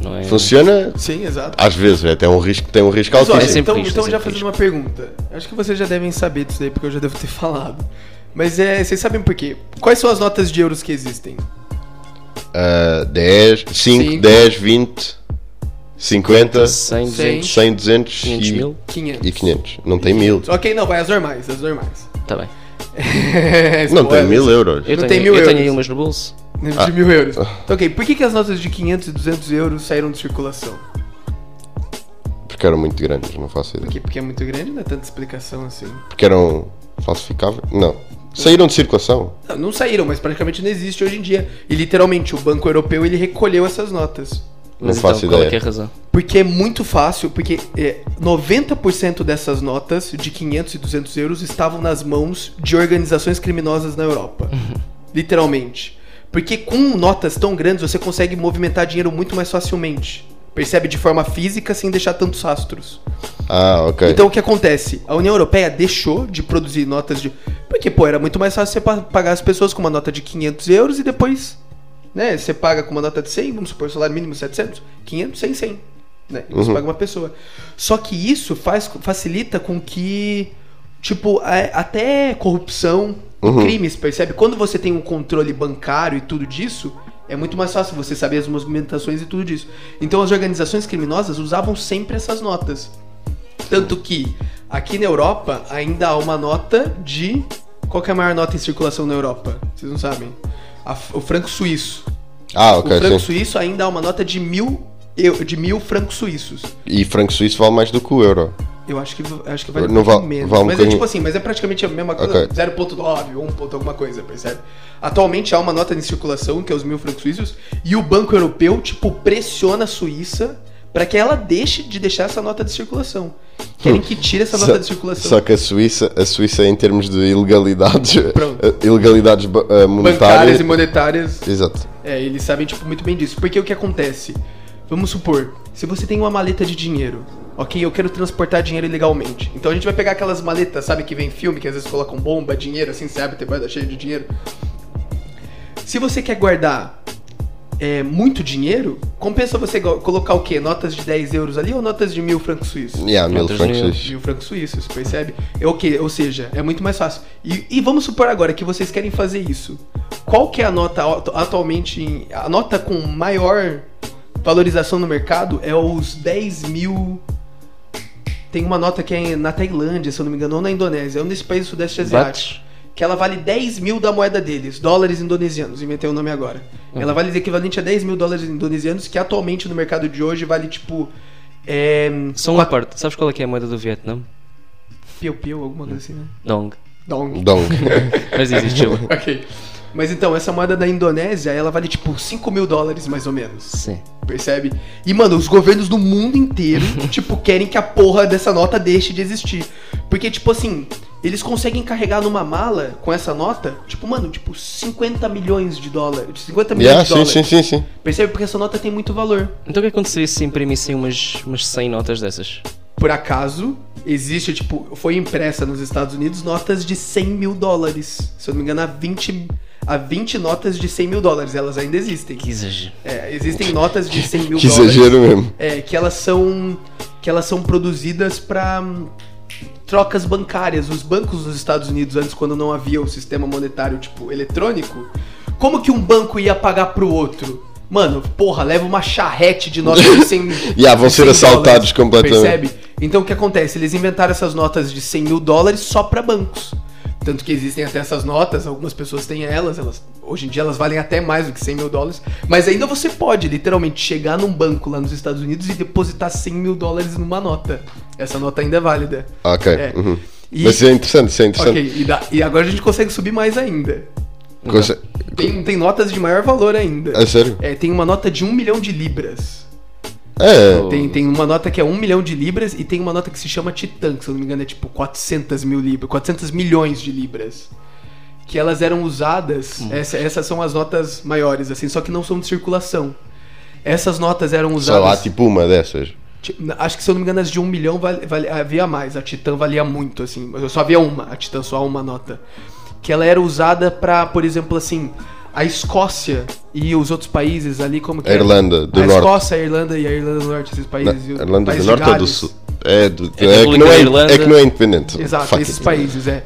Speaker 3: Não é?
Speaker 1: Funciona,
Speaker 2: Sim, exato.
Speaker 1: às vezes, é até um risco, tem um risco
Speaker 2: Mas, olha,
Speaker 1: altíssimo.
Speaker 3: É sempre
Speaker 2: então,
Speaker 3: risco,
Speaker 2: então
Speaker 3: é
Speaker 2: já
Speaker 1: né?
Speaker 3: sempre
Speaker 2: fazendo uma pergunta. Acho que vocês já devem saber disso daí, porque eu já devo ter falado. Mas é, vocês sabem por quê? Quais são as notas de euros que existem?
Speaker 1: Ah, 10, 5,
Speaker 2: Cinco.
Speaker 1: 10, 20, 50,
Speaker 3: 100,
Speaker 2: Cem.
Speaker 3: 200,
Speaker 1: 100, 200
Speaker 3: 500
Speaker 1: e,
Speaker 3: mil.
Speaker 2: 500.
Speaker 1: e 500. Não tem mil.
Speaker 2: Ok, não, vai as normais, as normais.
Speaker 3: Tá bem.
Speaker 1: Não tem
Speaker 2: Spoilers.
Speaker 1: mil euros.
Speaker 3: Eu
Speaker 2: Não
Speaker 3: tenho,
Speaker 2: tem mil
Speaker 3: eu tenho
Speaker 2: euros.
Speaker 3: aí umas no bolso.
Speaker 2: De
Speaker 1: Ah.
Speaker 2: mil euros. Então, ok, por que, que as notas de 500 e 200 euros saíram de circulação?
Speaker 1: Porque eram muito grandes, não faço ideia.
Speaker 2: Por quê? Porque é muito grande, não é tanta explicação assim.
Speaker 1: Porque eram falsificáveis? Não. Saíram de circulação.
Speaker 2: Não, não saíram, mas praticamente não existe hoje em dia. E literalmente, o Banco Europeu, ele recolheu essas notas.
Speaker 1: Não
Speaker 3: Mas então,
Speaker 1: faço
Speaker 3: qual é
Speaker 1: ideia.
Speaker 3: que é a razão?
Speaker 2: Porque é muito fácil, porque é, 90% dessas notas de 500 e 200 euros estavam nas mãos de organizações criminosas na Europa. Literalmente. Porque com notas tão grandes você consegue movimentar dinheiro muito mais facilmente. Percebe de forma física sem deixar tantos rastros.
Speaker 1: Ah, ok.
Speaker 2: Então o que acontece? A União Europeia deixou de produzir notas de. Porque, pô, era muito mais fácil você pa- pagar as pessoas com uma nota de 500 euros e depois. Né, você paga com uma nota de 100, vamos supor, salário mínimo 700, 500, 100, 100. Né? Você paga uma pessoa. Só que isso faz, facilita com que. Tipo, a- até corrupção, crimes, percebe? Quando você tem um controle bancário e tudo disso, é muito mais fácil você saber as movimentações e tudo disso. Então as organizações criminosas usavam sempre essas notas. Tanto que aqui na Europa ainda há uma nota de. Qual que é a maior nota em circulação na Europa? Vocês não sabem. A f- o franco suíço.
Speaker 1: ah,
Speaker 2: o
Speaker 1: ok,
Speaker 2: franco
Speaker 1: sim.
Speaker 2: suíço ainda há uma nota de mil, eu- de mil francos suíços.
Speaker 1: E franco suíço vale mais do que o euro.
Speaker 2: Eu acho que, acho que vale
Speaker 1: Não
Speaker 2: um pouco
Speaker 1: va-
Speaker 2: menos.
Speaker 1: vamos
Speaker 2: mas é
Speaker 1: com-
Speaker 2: tipo assim, mas é praticamente a mesma coisa.
Speaker 1: Ok.
Speaker 2: 0.9, 1 ponto alguma coisa, percebe? Atualmente há uma nota em circulação, que é os mil francos suíços, e o Banco Europeu, tipo, pressiona a Suíça pra que ela deixe de deixar essa nota de circulação.
Speaker 1: Hum.
Speaker 2: Querem que tire essa nota de circulação.
Speaker 1: Só que a Suíça, a Suíça em termos de ilegalidades,
Speaker 2: Pronto.
Speaker 1: eh, ilegalidades ba- eh,
Speaker 2: Bancárias
Speaker 1: monetárias.
Speaker 2: e monetárias.
Speaker 1: Exato.
Speaker 2: É, eles sabem, tipo, muito bem disso. Porque o que acontece? Vamos supor, se você tem uma maleta de dinheiro, ok? Eu quero transportar dinheiro ilegalmente. Então a gente vai pegar aquelas maletas, sabe, que vem em filme, que às vezes colocam bomba, dinheiro, assim, sabe, tem guarda cheia de dinheiro. Se você quer guardar é, muito dinheiro, compensa você go- colocar o quê? Notas de 10 euros ali ou notas de mil francos suíços?
Speaker 1: Yeah, mil
Speaker 3: Outras
Speaker 1: francos
Speaker 3: mil.
Speaker 1: suíços.
Speaker 2: mil francos suíços, percebe? É o que, ou seja, é muito mais fácil. E, e vamos supor agora que vocês querem fazer isso. Qual que é a nota atu- atualmente, em- a nota com maior valorização no mercado é os 10 mil... Tem uma nota que é na Tailândia, se eu não me engano, ou na Indonésia, é um desses países do sudeste asiático.
Speaker 3: Bates?
Speaker 2: Que ela vale 10 mil da moeda deles, dólares indonesianos, inventei o nome agora. Ela vale equivalente a 10 mil dólares indonesianos, que atualmente no mercado de hoje vale tipo. É,
Speaker 3: Só uma parte. Sabes qual é que é a moeda do Vietnã?
Speaker 2: piu-piu, alguma coisa assim, né?
Speaker 3: Dong.
Speaker 2: Dong.
Speaker 1: Dong.
Speaker 3: Mas existe lá.
Speaker 2: Ok. Mas então, essa moeda da Indonésia, ela vale tipo 5 mil dólares mais ou menos.
Speaker 3: Sim.
Speaker 2: Percebe? E, mano, os governos do mundo inteiro, tipo, querem que a porra dessa nota deixe de existir. Porque, tipo assim, eles conseguem carregar numa mala com essa nota, tipo, mano, tipo, 50 milhões de dólares. 50 milhões
Speaker 1: yeah,
Speaker 2: de
Speaker 1: sim,
Speaker 2: dólares.
Speaker 1: sim, sim, sim.
Speaker 2: Percebe? Porque essa nota tem muito valor.
Speaker 3: Então o que aconteceria se imprimissem umas, umas 100 notas dessas?
Speaker 2: Por acaso, existe, tipo, foi impressa nos Estados Unidos notas de 100 mil dólares. Se eu não me engano, há 20, há 20 notas de 100 mil dólares. Elas ainda existem.
Speaker 3: Que exagero.
Speaker 2: É, existem notas de 100 mil
Speaker 1: Que
Speaker 2: dólares.
Speaker 1: exagero mesmo.
Speaker 2: É, que elas são que elas são produzidas para trocas bancárias. Os bancos dos Estados Unidos antes quando não havia o sistema monetário tipo eletrônico, como que um banco ia pagar pro outro? Mano, porra, leva uma charrete de notas de 100
Speaker 1: Yeah, vão
Speaker 2: de
Speaker 1: ser
Speaker 2: 100
Speaker 1: assaltados completamente.
Speaker 2: Percebe? Então o que acontece? Eles inventaram essas notas de 100 mil dólares só para bancos. Tanto que existem até essas notas, algumas pessoas têm elas, elas hoje em dia elas valem até mais do que 100 mil dólares. Mas ainda você pode literalmente chegar num banco lá nos Estados Unidos e depositar 100 mil dólares numa nota. Essa nota ainda é válida.
Speaker 1: Ok.
Speaker 2: É.
Speaker 1: uhum.
Speaker 2: E-
Speaker 1: Mas isso é interessante, isso é interessante.
Speaker 2: Ok, e, dá- e agora a gente consegue subir mais ainda.
Speaker 1: Conse-
Speaker 2: Tem, tem notas de maior valor ainda.
Speaker 1: É sério?
Speaker 2: É, tem uma nota de 1 milhão de libras.
Speaker 1: É.
Speaker 2: Tem, tem uma nota que é 1 milhão de libras e tem uma nota que se chama Titã, que se eu não me engano é tipo 400 mil libras, 400 milhões de libras. Que elas eram usadas,
Speaker 1: Hum.
Speaker 2: essa- essas são as notas maiores, assim, só que não são de circulação. Essas notas eram
Speaker 1: Sei lá,
Speaker 2: usadas.
Speaker 1: tipo uma dessas.
Speaker 2: ti- Acho que se eu não me engano, as de 1 milhão vale- vale- havia mais. A Titã valia muito, assim. mas Eu só havia uma, a Titã só há uma nota. Que ela era usada pra, por exemplo, assim, a Escócia e os outros países ali, como que
Speaker 1: A
Speaker 2: era?
Speaker 1: Irlanda do
Speaker 2: a
Speaker 1: Norte.
Speaker 2: Escócia, a Irlanda e a Irlanda do Norte, esses
Speaker 1: Na-
Speaker 2: países. e o
Speaker 1: Irlanda
Speaker 2: país
Speaker 1: do
Speaker 2: de
Speaker 1: Norte ou do
Speaker 2: Gales.
Speaker 1: Sul? É, do, é, que
Speaker 3: República
Speaker 1: não
Speaker 3: da
Speaker 1: é,
Speaker 3: Irlanda.
Speaker 1: é que não é independente.
Speaker 2: Exato,
Speaker 1: Fuck
Speaker 2: esses
Speaker 1: it. né?
Speaker 2: países, é.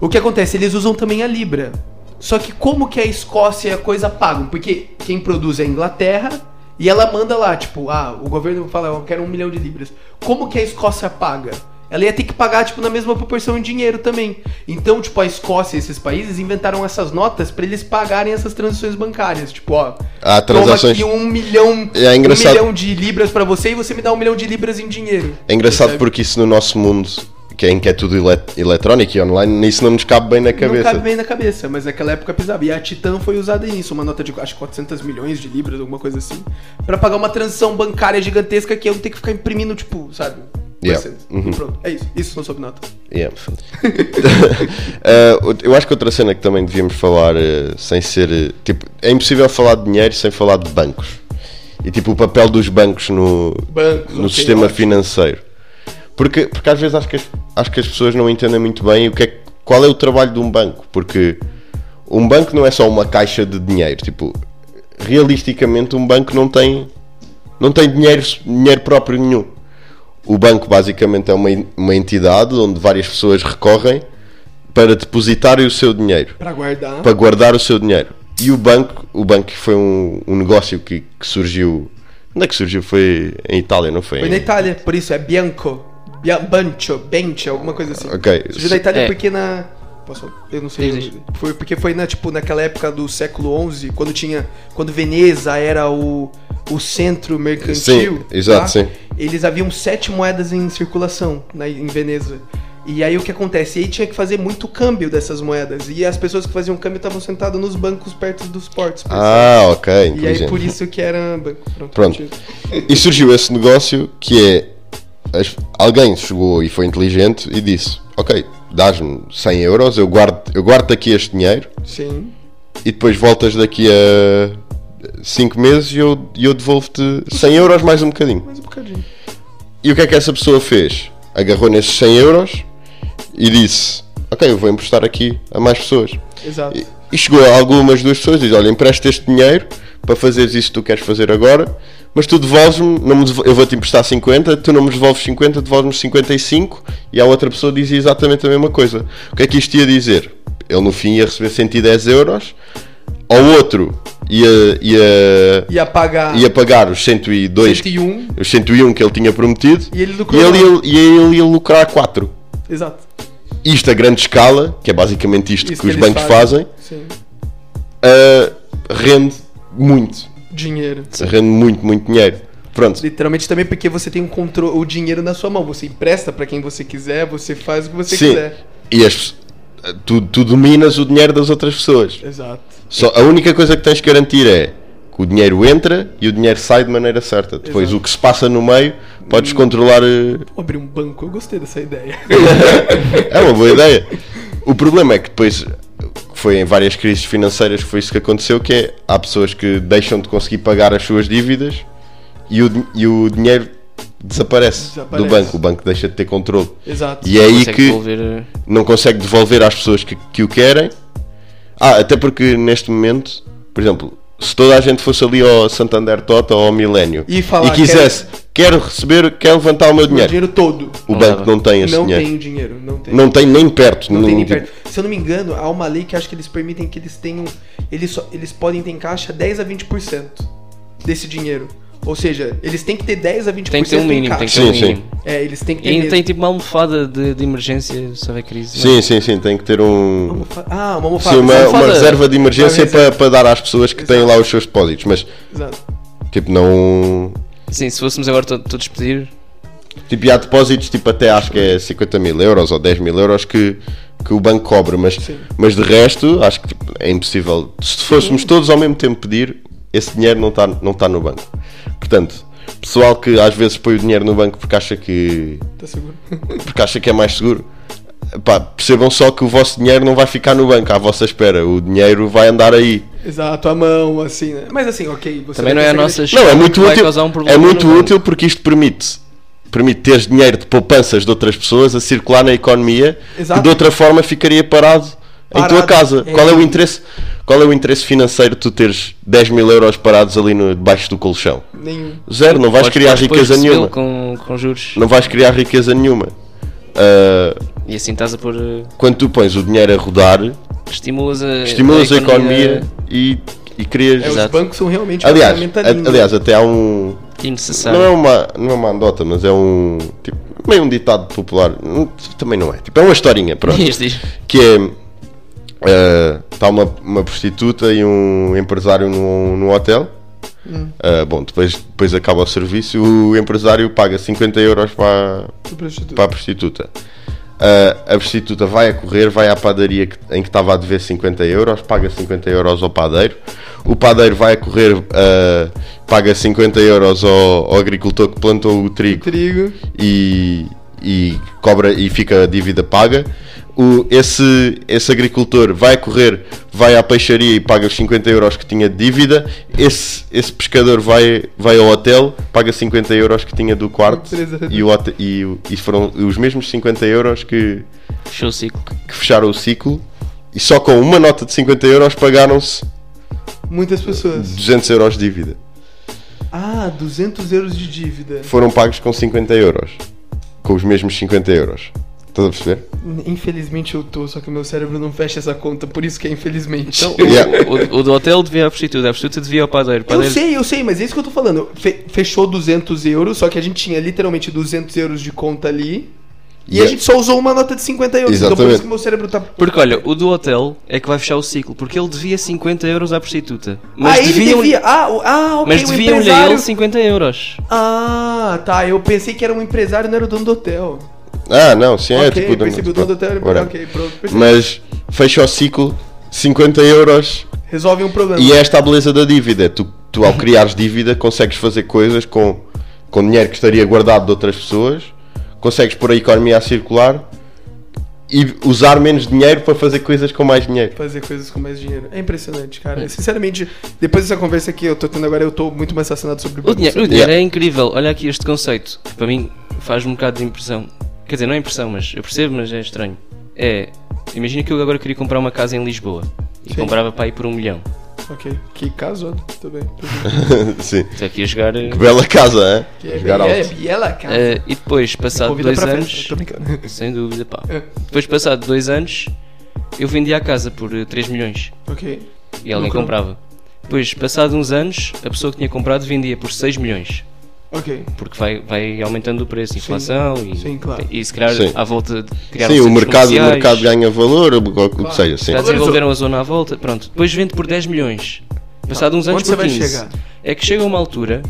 Speaker 2: O que acontece? Eles usam também a Libra. Só que como que a Escócia e a coisa pagam? Porque quem produz é a Inglaterra e ela manda lá, tipo, ah, o governo fala, eu quero um milhão de libras. Como que a Escócia paga? Ela ia ter que pagar, tipo, na mesma proporção em dinheiro também. Então, tipo, a Escócia e esses países inventaram essas notas pra eles pagarem essas transações bancárias. Tipo, ó,
Speaker 1: Ah, transações-
Speaker 2: toma aqui um milhão,
Speaker 1: É engraçado.
Speaker 2: um milhão de libras pra você e você me dá um milhão de libras em dinheiro.
Speaker 1: É engraçado
Speaker 2: Percebe?
Speaker 1: porque isso no nosso mundo que é em que é tudo ele eletrónico e online, isso não nos cabe bem na
Speaker 2: Não
Speaker 1: cabeça.
Speaker 2: cabe bem na cabeça, mas naquela época pisava. E a Titan foi usada nisso, uma nota de acho que 400 milhões de libras, alguma coisa assim, pra pagar uma transição bancária gigantesca que eu ter que ficar imprimindo, tipo, sabe?
Speaker 1: Yeah.
Speaker 2: coisas.
Speaker 1: Uhum.
Speaker 2: Pronto, é isso. Isso não sob nota.
Speaker 1: Yeah. Eh, eu acho que outra cena que também devíamos falar eh, sem ser. eh, tipo, é impossível falar de dinheiro sem falar de bancos. E tipo o papel dos bancos no,
Speaker 2: Bancos,
Speaker 1: no
Speaker 2: ok,
Speaker 1: sistema
Speaker 2: ótimo.
Speaker 1: financeiro. Porque, porque às vezes acho que, as, acho que as pessoas não entendem muito bem o que é, que- qual é o trabalho de um banco. Porque um banco não é só uma caixa de dinheiro. Tipo, realisticamente um banco não tem, não tem dinheiro, dinheiro próprio nenhum. O banco basicamente é uma, en- uma entidade onde várias pessoas recorrem para depositarem o seu dinheiro
Speaker 2: Pra guardar.
Speaker 1: para guardar o seu dinheiro. E o banco, o banco foi um, um negócio que, que surgiu. Onde é que surgiu? Foi em Itália, não foi?
Speaker 2: Foi
Speaker 1: em-
Speaker 2: na Itália, por isso é Bianco. Bia- Bancho, Bencho, alguma coisa assim.
Speaker 1: Ok.
Speaker 2: Surgiu da Itália
Speaker 3: É.
Speaker 2: porque na. Posso? Eu não sei.
Speaker 3: Diz, diz.
Speaker 2: Foi porque foi na, tipo, naquela época do século XI, quando tinha. Quando Veneza era o, o centro mercantil. tá?
Speaker 1: Sim, exato, sim.
Speaker 2: Eles haviam sete moedas em circulação na, em Veneza. E aí o que acontece? E aí tinha que fazer muito câmbio dessas moedas. E as pessoas que faziam câmbio estavam sentadas nos bancos perto dos portos. por
Speaker 1: Ah, ok.
Speaker 2: exemplo. e aí
Speaker 1: inteligente.
Speaker 2: por isso que era banco. Pronto.
Speaker 1: Pronto.
Speaker 2: continua.
Speaker 1: E surgiu esse negócio que é. as- alguém chegou e foi inteligente e disse: Ok, dás-me 100 euros, eu guardo, eu guardo aqui este dinheiro
Speaker 2: Sim.
Speaker 1: e depois voltas daqui a 5 meses e eu, e eu devolvo-te 100 euros mais um bocadinho.
Speaker 2: Mais um bocadinho.
Speaker 1: E o que é que essa pessoa fez? Agarrou nesses 100 euros e disse: Ok, eu vou emprestar aqui a mais pessoas.
Speaker 2: Exato.
Speaker 1: E, e chegou a algumas duas pessoas e disse: Olha, empresta este dinheiro para fazeres isso que tu queres fazer agora, mas tu devolves-me, não me devo- eu vou-te emprestar 50, tu não me devolves 50, devolves-me 55. E a outra pessoa dizia exatamente a mesma coisa. O que é que isto ia dizer? Ele no fim ia receber 110 euros, ao outro ia, ia,
Speaker 2: Ia pagar
Speaker 1: ia pagar os 102
Speaker 2: 101.
Speaker 1: os 101 que ele tinha prometido
Speaker 2: E ele
Speaker 1: um. e
Speaker 2: lucrou.
Speaker 1: ele, ia- e ele ia lucrar 4.
Speaker 2: Exato.
Speaker 1: Isto a grande escala, que é basicamente isto
Speaker 2: Isso
Speaker 1: que, os
Speaker 2: eles
Speaker 1: bancos fazem,
Speaker 2: Sim.
Speaker 1: ah, rende muito.
Speaker 2: Dinheiro.
Speaker 1: Rende muito, muito dinheiro. Pronto.
Speaker 2: Literalmente também porque você tem um controle, o dinheiro na sua mão. Você empresta pra quem você quiser, você faz o que você
Speaker 1: Sim.
Speaker 2: quiser.
Speaker 1: E as, tu, tu dominas o dinheiro das outras pessoas.
Speaker 2: Exato.
Speaker 1: Só, a única coisa que tens que garantir é que o dinheiro entra e o dinheiro sai de maneira certa. Depois
Speaker 2: Exato. Hum.
Speaker 1: o que se passa no meio podes controlar. ah,
Speaker 2: Vou abrir um banco, eu gostei dessa ideia.
Speaker 1: É uma boa ideia. O problema é que depois foi em várias crises financeiras que foi isso que aconteceu, que é há pessoas que deixam de conseguir pagar as suas dívidas e o, din- e o dinheiro desaparece,
Speaker 2: Desaparece.
Speaker 1: do banco, o banco deixa de ter controle.
Speaker 2: Exato.
Speaker 1: E é aí
Speaker 3: Consegue
Speaker 1: que
Speaker 3: devolver, eh,
Speaker 1: não consegue devolver às pessoas que, que o querem. Ah, até porque neste momento, por exemplo, se toda a gente fosse ali ao Santander Tota ou ao Milênio
Speaker 2: E falar,
Speaker 1: quisesse, quero receber, quero levantar o meu
Speaker 2: O
Speaker 1: dinheiro,
Speaker 2: dinheiro todo.
Speaker 1: o
Speaker 3: Não
Speaker 1: banco
Speaker 3: leva.
Speaker 1: não tem esse
Speaker 2: não
Speaker 1: dinheiro. é.
Speaker 2: tem dinheiro, não tem.
Speaker 1: Não tem nem perto.
Speaker 2: Não tem
Speaker 1: não-
Speaker 2: nem perto. Se eu não me engano, há uma lei que acho que eles permitem que eles tenham. Eles, só, eles podem ter em caixa 10 a 20% desse dinheiro. Ou seja, eles têm que ter 10 a 20%
Speaker 3: Tem que ter um
Speaker 2: em
Speaker 3: mínimo, tem que
Speaker 2: caixa.
Speaker 3: ter um
Speaker 1: Sim, sim.
Speaker 3: mínimo.
Speaker 2: É, eles têm que
Speaker 3: E
Speaker 2: ter.
Speaker 3: ainda
Speaker 2: mesmo.
Speaker 3: tem tipo uma almofada de, de emergência, se houver crise. não é?
Speaker 1: Sim, sim, sim, tem que ter um.
Speaker 2: Uma almofa- Ah, uma almofada.
Speaker 1: Sim, uma,
Speaker 3: almofada.
Speaker 1: uma reserva de emergência
Speaker 2: Uma
Speaker 1: para,
Speaker 2: reserva.
Speaker 1: para dar às pessoas que têm
Speaker 2: Exato.
Speaker 1: lá os seus depósitos, mas
Speaker 2: Exato.
Speaker 1: tipo, não.
Speaker 3: Sim, se fôssemos agora to- todos pedir,
Speaker 1: Tipo, há depósitos tipo até acho que é 50 mil euros ou 10 mil euros que, que o banco cobra, mas,
Speaker 2: Sim.
Speaker 1: mas de resto acho que tipo, é impossível. Se fôssemos todos ao mesmo tempo pedir, esse dinheiro não está não tá no banco. Portanto, pessoal que às vezes põe o dinheiro no banco porque acha que
Speaker 2: Tá seguro.
Speaker 1: porque acha que é mais seguro. Pá, percebam só que o vosso dinheiro não vai ficar no banco à vossa espera, o dinheiro vai andar aí.
Speaker 2: Exato, a mão, assim, né? Mas assim, ok. Você
Speaker 3: também não
Speaker 2: vai
Speaker 3: é a
Speaker 2: ter
Speaker 3: nossa
Speaker 2: segredo-
Speaker 1: Não, é
Speaker 3: escolha
Speaker 1: muito
Speaker 3: que vai
Speaker 1: útil.
Speaker 3: causar um problema
Speaker 1: é muito
Speaker 3: no banco.
Speaker 1: útil porque isto permite permite ter dinheiro de poupanças de outras pessoas a circular na economia
Speaker 2: Exato.
Speaker 1: que de outra forma ficaria parado, em
Speaker 2: Parado,
Speaker 1: tua casa.
Speaker 2: é.
Speaker 1: Qual é o interesse? Qual é o interesse financeiro de tu teres 10 mil euros parados ali no, debaixo do colchão?
Speaker 2: Nenhum.
Speaker 1: Zero, não vais
Speaker 3: Podes-
Speaker 1: criar
Speaker 3: podes depois
Speaker 1: riqueza
Speaker 3: recebê-lo
Speaker 1: nenhuma.
Speaker 3: Com, com juros.
Speaker 1: Não vais criar riqueza nenhuma. Ah,
Speaker 3: E assim estás a pôr. eh,
Speaker 1: quando tu pões o dinheiro a rodar,
Speaker 3: Estimulas a.
Speaker 1: estimulas a economia e, e crias.
Speaker 2: É, os
Speaker 3: Exato.
Speaker 2: bancos são realmente uma
Speaker 1: Aliás,
Speaker 2: ferramenta
Speaker 1: a-
Speaker 2: linda.
Speaker 1: aliás, até há um.
Speaker 3: Innecessária.
Speaker 1: Não é, uma, não é uma andota, mas é um. Tipo, meio um ditado popular. Hum, Também não é. Tipo, é uma historinha, pronto.
Speaker 3: Diz, diz.
Speaker 1: que é. Está uma, uma prostituta e um empresário num, num hotel.
Speaker 2: Hum.
Speaker 1: Ah, bom, depois, depois acaba o serviço. O empresário paga 50 euros para,
Speaker 2: Do prostituto.
Speaker 1: para a prostituta. Ah, a, a prostituta vai a correr, vai à padaria que- em que estava a dever 50 euros, paga 50 euros ao padeiro, o padeiro vai a correr, ah, paga 50 euros ao, ao agricultor que plantou o trigo
Speaker 2: Trigo.
Speaker 1: e, e cobra e fica a dívida paga. O, esse, esse agricultor vai correr, vai à peixaria e paga os 50 euros que tinha de dívida. Esse, esse pescador vai, vai ao hotel, paga 50 euros que tinha do quarto
Speaker 2: Beleza.
Speaker 1: e, o, hote- e, o- e foram os mesmos 50 euros que,
Speaker 3: Fechou o ciclo.
Speaker 1: que fecharam o ciclo. E só com uma nota de 50 euros pagaram-se
Speaker 2: Muitas pessoas.
Speaker 1: 200 euros de dívida.
Speaker 2: Ah, 200 euros de dívida.
Speaker 1: Foram pagos com 50 euros. Com os mesmos 50 euros. Estás a perceber?
Speaker 2: Infelizmente eu tô, só que meu cérebro não fecha essa conta, por isso que é infelizmente.
Speaker 3: Então, o-
Speaker 1: Yeah.
Speaker 3: o, o do hotel devia à prostituta, a prostituta devia ao padeiro.
Speaker 2: Eu
Speaker 3: padeiro
Speaker 2: sei, eu sei, mas é isso que eu tô falando. Fe- fechou 200 euros, só que a gente tinha literalmente 200 euros de conta ali. E a
Speaker 1: Yeah.
Speaker 2: gente só usou uma nota de 50 euros. Então por isso
Speaker 1: Exatamente.
Speaker 2: que meu cérebro tá.
Speaker 3: Porque olha, o do hotel é que vai fechar o ciclo, porque ele devia 50 euros à prostituta. Mas
Speaker 2: ah, ele
Speaker 3: deviam,
Speaker 2: devia. Ah, o- ah ok,
Speaker 3: mas um
Speaker 2: o
Speaker 3: deviam-lhe a
Speaker 2: empresário.
Speaker 3: ele 50 euros.
Speaker 2: Ah, tá. Eu pensei que era um empresário, não era o dono do hotel.
Speaker 1: Ah, não, sim, é
Speaker 2: ok,
Speaker 1: tipo.
Speaker 2: percebi o dono do hotel. ele-
Speaker 1: Ora,
Speaker 2: Ok, pronto. percebi.
Speaker 1: Mas fecha o ciclo, 50 euros.
Speaker 2: Resolve um problema.
Speaker 1: E esta é a beleza da dívida. Tu, tu ao criares dívida, consegues fazer coisas com, com dinheiro que estaria guardado de outras pessoas, consegues pôr a economia a circular e usar menos dinheiro para fazer coisas com mais dinheiro.
Speaker 2: fazer coisas com mais dinheiro. É impressionante, cara. Sinceramente, depois dessa conversa que eu tô tendo agora, eu tô muito mais fascinado sobre
Speaker 3: O dinheiro, o
Speaker 2: bagunça.
Speaker 3: dinheiro é incrível. Olha aqui este conceito, que para mim faz um bocado de impressão. Quer dizer, não é impressão, mas eu percebo, mas é estranho. É, imagina que eu agora queria comprar uma casa em Lisboa e
Speaker 2: Sim.
Speaker 3: comprava para aí por um milhão.
Speaker 2: Ok, que caso, tudo bem.
Speaker 1: sim.
Speaker 3: Estou aqui a jogar. eh,
Speaker 1: Que bela casa,
Speaker 2: Que
Speaker 1: é?
Speaker 2: é,
Speaker 1: Jogar
Speaker 2: é,
Speaker 1: alto.
Speaker 2: biela, cara.
Speaker 3: eh, e depois, passado
Speaker 2: Convida
Speaker 3: dois
Speaker 2: pra
Speaker 3: anos.
Speaker 2: festa. Tô brincando.
Speaker 3: Sem dúvida, pá.
Speaker 2: É.
Speaker 3: Depois, passado dois anos, eu vendi a casa por eh, 3 milhões
Speaker 2: ok.
Speaker 3: e alguém
Speaker 2: Lucrou.
Speaker 3: comprava. Depois, passado uns anos, a pessoa que tinha comprado vendia por 6 milhões,
Speaker 2: Ok.
Speaker 3: porque vai, vai aumentando o preço, inflação e,
Speaker 2: Sim, claro.
Speaker 3: e se calhar
Speaker 1: Sim.
Speaker 3: à volta de criar um
Speaker 1: Sim, o mercado, o mercado ganha valor, ou o que seja, sim.
Speaker 3: Já desenvolveram a zona à volta, pronto. Depois vende por 10 milhões. Passado uns anos
Speaker 2: Onde você
Speaker 3: por
Speaker 2: vai
Speaker 3: 15.
Speaker 2: chegar?
Speaker 3: É que chega uma altura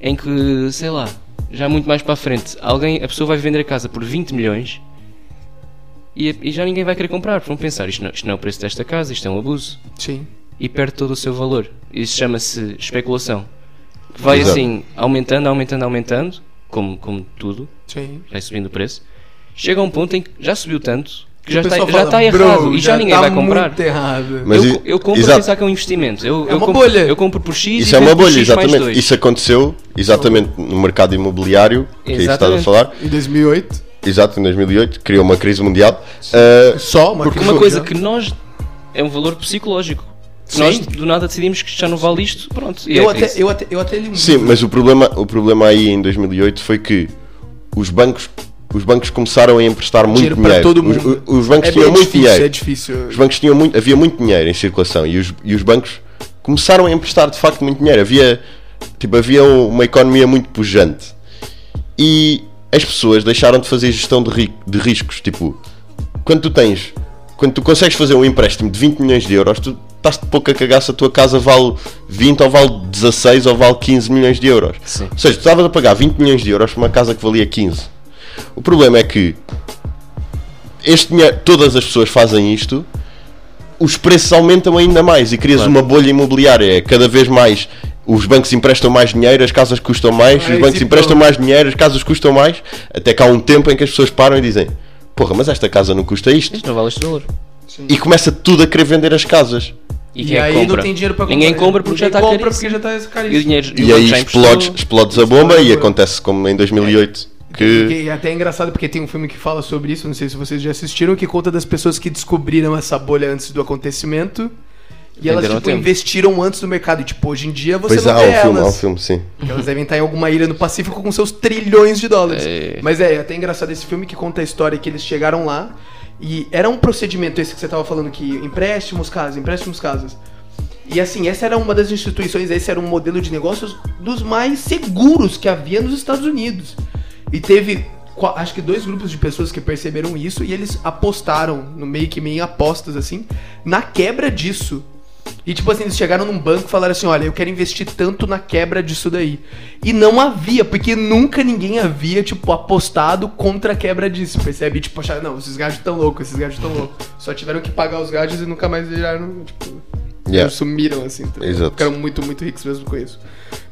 Speaker 3: em que, sei lá, já muito mais para a frente, alguém, a pessoa vai vender a casa por 20 milhões e, e já ninguém vai querer comprar. Vão pensar, isto não, isto não é o preço desta casa, isto é um abuso.
Speaker 2: Sim.
Speaker 3: E perde todo o seu valor. Isso chama-se especulação. Vai
Speaker 1: Exato.
Speaker 3: assim, aumentando, aumentando, aumentando, como, como tudo,
Speaker 2: Sim.
Speaker 3: vai subindo o preço. Chega a um ponto em que já subiu tanto que já
Speaker 2: O
Speaker 3: está,
Speaker 2: pessoal
Speaker 3: já
Speaker 2: fala,
Speaker 3: está
Speaker 2: "Bro,
Speaker 3: errado e já, ninguém
Speaker 2: tá
Speaker 3: vai comprar.
Speaker 2: Muito errado.
Speaker 1: Mas
Speaker 3: eu,
Speaker 1: i-
Speaker 3: eu compro
Speaker 1: exato.
Speaker 3: a pensar que é um investimento. Eu, eu
Speaker 2: uma
Speaker 3: compro,
Speaker 2: bolha.
Speaker 3: Eu compro por X
Speaker 1: Isso
Speaker 3: e
Speaker 1: é uma
Speaker 3: vendo por
Speaker 1: bolha,
Speaker 3: X mais
Speaker 1: exatamente.
Speaker 3: dois.
Speaker 1: Isso aconteceu exatamente no mercado imobiliário, que é isso que estás a
Speaker 3: Exatamente.
Speaker 1: falar.
Speaker 2: Em 2008,
Speaker 1: Exato, em 2008, criou uma crise mundial. Ah,
Speaker 2: só uma
Speaker 1: Porque
Speaker 3: Uma
Speaker 1: Isso,
Speaker 3: coisa que nós. É um valor psicológico.
Speaker 2: Sim.
Speaker 3: Nós do nada decidimos que já não vale isto, pronto. E
Speaker 2: eu,
Speaker 3: é
Speaker 2: até,
Speaker 3: isso.
Speaker 2: eu, até, eu até li um
Speaker 1: sim,
Speaker 2: livro.
Speaker 1: mas o problema, o problema aí em 2008 foi que os bancos, os bancos começaram a emprestar muito
Speaker 2: Dinheiro
Speaker 1: dinheiro.
Speaker 2: pra todo
Speaker 1: Os-
Speaker 2: mundo.
Speaker 1: Os, os bancos
Speaker 2: é
Speaker 1: tinham
Speaker 2: bem
Speaker 1: muito
Speaker 2: difícil,
Speaker 1: dinheiro.
Speaker 2: é difícil.
Speaker 1: Os bancos tinham muito, havia muito dinheiro em circulação e os, e os bancos começaram a emprestar de facto muito dinheiro. Havia, tipo, havia um- uma economia muito pujante e as pessoas deixaram de fazer gestão de, ri- de riscos. Tipo, quando tu tens, quando tu consegues fazer um empréstimo de 20 milhões de euros, tu estás de pouco a cagar se a tua casa vale 20 ou vale 16 ou vale 15 milhões de euros.
Speaker 3: Sim.
Speaker 1: Ou seja, tu estavas a pagar 20 milhões de euros por uma casa que valia 15. O problema é que este dinheiro, todas as pessoas fazem isto, os preços aumentam ainda mais e crias uma bolha imobiliária. É Cada vez mais os bancos emprestam mais dinheiro, as casas custam mais,
Speaker 2: Ai,
Speaker 1: os bancos
Speaker 2: tipo-
Speaker 1: emprestam mais dinheiro, as casas custam mais, até que há um tempo em que as pessoas param e dizem: Porra, mas esta casa não custa isto.
Speaker 3: Isto não vale este valor.
Speaker 1: E começa tudo a querer vender as casas.
Speaker 3: E,
Speaker 2: E,
Speaker 3: quem é que
Speaker 2: aí
Speaker 3: compra?
Speaker 2: não tem dinheiro pra comprar.
Speaker 3: Ninguém compra porque já está
Speaker 2: Ninguém compra
Speaker 3: caríssimo.
Speaker 2: porque já tá caríssimo.
Speaker 3: E o dinheiro
Speaker 1: E,
Speaker 3: o banco
Speaker 1: aí
Speaker 3: já emprestou.
Speaker 1: explodes, explodes a bomba e acontece como em 2008. Que
Speaker 2: E até é engraçado porque tem um filme que fala sobre isso, não sei se vocês já assistiram, que conta das pessoas que descobriram essa bolha antes do acontecimento. E elas
Speaker 3: Venderam a
Speaker 2: tipo,
Speaker 3: tempo.
Speaker 2: investiram antes no mercado. E, tipo, hoje em dia você
Speaker 1: Pois
Speaker 2: não
Speaker 1: há,
Speaker 2: vê
Speaker 1: um filme, há um
Speaker 2: elas.
Speaker 1: filme, sim.
Speaker 2: Elas devem estar em alguma ilha no Pacífico com seus trilhões de dólares.
Speaker 3: É.
Speaker 2: Mas é, até engraçado esse filme que conta a história que eles chegaram lá e era um procedimento esse que você tava falando que empréstimos, casas, empréstimos, casas. E assim, essa era uma das instituições, esse era um modelo de negócios dos mais seguros que havia nos Estados Unidos. E teve qua- acho que dois grupos de pessoas que perceberam isso e eles apostaram no meio que meio em apostas assim na quebra disso. E tipo assim, eles chegaram num banco e falaram assim: olha, eu quero investir tanto na quebra disso daí. E não havia, porque nunca ninguém havia, tipo, apostado contra a quebra disso, percebe? E, tipo, acharam, não, esses gajos estão loucos, esses gajos estão loucos. Só tiveram que pagar os gajos e nunca mais viraram, tipo.
Speaker 1: Yeah.
Speaker 2: Sumiram assim, tá ligado?
Speaker 1: Exato.
Speaker 2: ficaram muito, muito ricos mesmo com isso.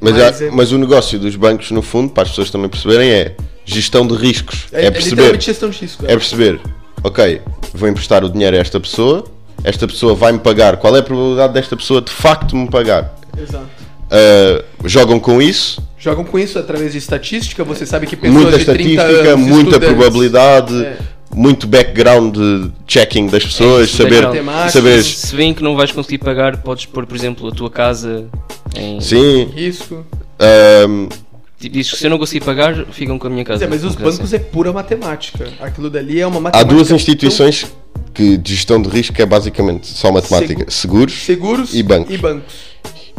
Speaker 1: Mas,
Speaker 2: Mas
Speaker 1: a-
Speaker 2: é-
Speaker 1: mas o negócio dos bancos, no fundo, para as pessoas também perceberem, é gestão de riscos. É, perceber.
Speaker 2: literalmente gestão de risco.
Speaker 1: É perceber. Ok, vou emprestar o dinheiro a esta pessoa. Esta pessoa vai me pagar. Qual é a probabilidade desta pessoa de facto me pagar?
Speaker 2: Exato.
Speaker 1: Ah, jogam com isso.
Speaker 2: Jogam com isso através de estatística, você sabe que pessoas
Speaker 1: muita
Speaker 2: de 30
Speaker 1: estatística,
Speaker 2: anos,
Speaker 1: muita
Speaker 2: estudantes,
Speaker 1: probabilidade,
Speaker 2: É.
Speaker 1: muito background de checking das pessoas,
Speaker 3: isso,
Speaker 1: saber,
Speaker 2: background.
Speaker 1: saber
Speaker 2: Matemática.
Speaker 3: Se vêem que não vais conseguir pagar, podes pôr, por exemplo, a tua casa em.
Speaker 1: sim,
Speaker 2: Risco.
Speaker 1: ahm,
Speaker 3: Diz que se eu não conseguir pagar, ficam com a minha
Speaker 2: Mas
Speaker 3: casa.
Speaker 2: é, mas os
Speaker 3: Uma coisa
Speaker 2: bancos é pura matemática. Aquilo dali é uma
Speaker 1: há
Speaker 2: matemática.
Speaker 1: duas instituições que de gestão de risco que é basicamente só matemática,
Speaker 2: Segu-
Speaker 1: seguros
Speaker 2: tão- Seguros
Speaker 1: e bancos.
Speaker 2: E bancos.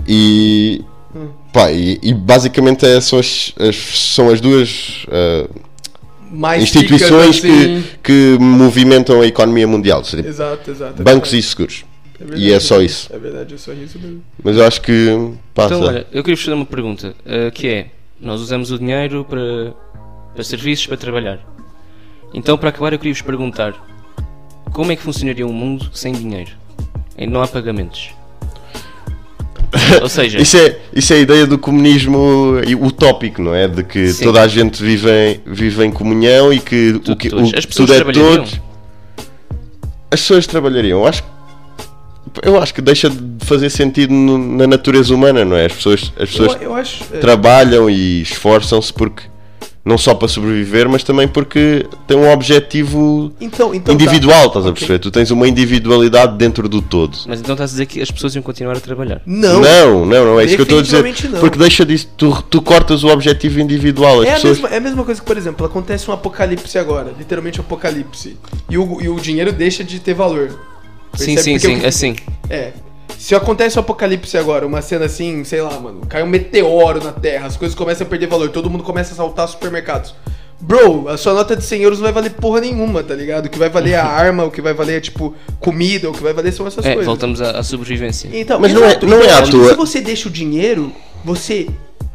Speaker 1: e,
Speaker 2: Hum.
Speaker 1: pá, e, e basicamente é, são, as, as- são as duas ah,
Speaker 2: Mais
Speaker 1: instituições
Speaker 2: ricas, assim.
Speaker 1: que, que movimentam a economia mundial, seria
Speaker 2: Exato, exato.
Speaker 1: bancos e seguros.
Speaker 2: verdade.
Speaker 1: e é só isso.
Speaker 2: É verdade, é só isso mesmo.
Speaker 1: Mas eu acho que passa.
Speaker 3: Então, olha, eu queria vos fazer uma pergunta, eh, que é, nós usamos o dinheiro para, para serviços, para trabalhar. Então, para acabar, eu queria vos perguntar, como é que funcionaria um mundo sem dinheiro? Em não há pagamentos. Ou seja,
Speaker 1: Isso é, isso é a ideia do comunismo utópico, não é? De que
Speaker 3: Sim.
Speaker 1: toda a gente vive em, vive em comunhão e que
Speaker 3: tu-
Speaker 1: o que
Speaker 3: todos.
Speaker 1: o,
Speaker 3: as pessoas
Speaker 1: tudo é
Speaker 3: trabalhariam.
Speaker 1: todos. As pessoas trabalhariam. Eu acho, eu acho que deixa de fazer sentido no- na natureza humana, não é? As pessoas, as
Speaker 2: Eu,
Speaker 1: pessoas
Speaker 2: eu acho. é,
Speaker 1: trabalham e esforçam-se porque não só para sobreviver, mas também porque têm um objetivo
Speaker 2: Então, então. tá.
Speaker 1: individual, estás a
Speaker 2: Ok.
Speaker 1: perceber? Tu tens uma individualidade dentro do todo.
Speaker 3: Mas então estás a dizer que as pessoas iam continuar a trabalhar.
Speaker 2: Não.
Speaker 1: não, não, não é isso que eu estou a dizer.
Speaker 2: Definitivamente não.
Speaker 1: Porque deixa disso, tu, tu cortas o objetivo individual. As
Speaker 2: É a,
Speaker 1: pessoas.
Speaker 2: mesma, é a mesma coisa que, por exemplo, acontece um apocalipse agora, literalmente um apocalipse, e o, e o dinheiro deixa de ter valor.
Speaker 3: Sim,
Speaker 2: Percebe?
Speaker 3: sim,
Speaker 2: Porque o
Speaker 3: sim,
Speaker 2: que-
Speaker 3: assim.
Speaker 2: É. Se acontece um apocalipse agora, uma cena assim, sei lá, mano, cai um meteoro na Terra, as coisas começam a perder valor, todo mundo começa a saltar supermercados. Bro, a sua nota de 100 euros não vai valer porra nenhuma, tá ligado? O que vai valer é
Speaker 1: Uhum.
Speaker 2: a arma, o que vai valer é, tipo, comida, o que vai valer são essas
Speaker 3: É,
Speaker 2: coisas.
Speaker 3: voltamos à, à sobrevivência.
Speaker 2: Então,
Speaker 1: Mas não é-
Speaker 2: exato.
Speaker 1: não é à
Speaker 2: Então,
Speaker 1: toa.
Speaker 2: Se você deixa o dinheiro, você...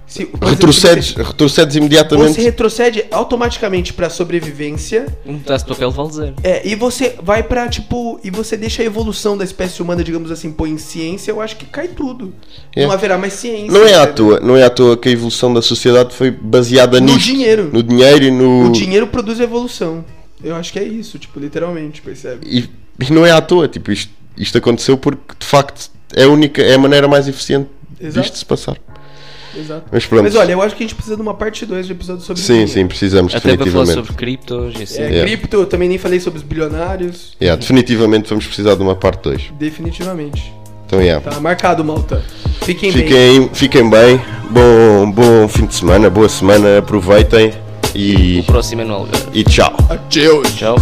Speaker 2: Se, por exemplo,
Speaker 1: Retrocedes,
Speaker 2: se
Speaker 1: retrocedes
Speaker 2: Você, você
Speaker 1: imediatamente.
Speaker 2: retrocede automaticamente pra sobrevivência
Speaker 3: Um pedaço de papel vale zero.
Speaker 2: É, e você vai pra, tipo, e você deixa a evolução da espécie humana, digamos assim, põe em ciência, eu acho que cai tudo.
Speaker 1: É.
Speaker 2: Não haverá mais ciência. Né?
Speaker 1: Não é à
Speaker 2: entendeu?
Speaker 1: toa, não é à toa que a evolução da sociedade foi baseada
Speaker 2: No
Speaker 1: nisto,
Speaker 2: dinheiro.
Speaker 1: no dinheiro e no
Speaker 2: O dinheiro produz evolução. Eu acho que é isso, tipo, literalmente, percebe?
Speaker 1: e, e não é à toa, tipo, isto, isto aconteceu porque de facto é a única, é a maneira mais eficiente
Speaker 2: Exato.
Speaker 1: disto se passar.
Speaker 2: Exato.
Speaker 1: Mas pronto.
Speaker 2: Mas olha, eu acho que a gente precisa de uma parte 2 de episódio sobre
Speaker 1: sim,
Speaker 2: dinheiro.
Speaker 1: sim, precisamos
Speaker 3: Até para falar
Speaker 1: definitivamente.
Speaker 3: sobre criptos e assim.
Speaker 2: É,
Speaker 1: Yeah.
Speaker 2: cripto, eu também nem falei sobre os bilionários.
Speaker 1: Yeah, definitivamente vamos precisar de uma parte 2.
Speaker 2: Definitivamente.
Speaker 1: Então yeah.
Speaker 2: Tá marcado, malta. Fiquem, bem.
Speaker 1: Fiquem, fiquem bem, bom, bom fim de semana, boa semana, aproveitem e,
Speaker 3: O próximo é no Algarve.
Speaker 1: e tchau.
Speaker 2: Adeus.
Speaker 3: Tchau.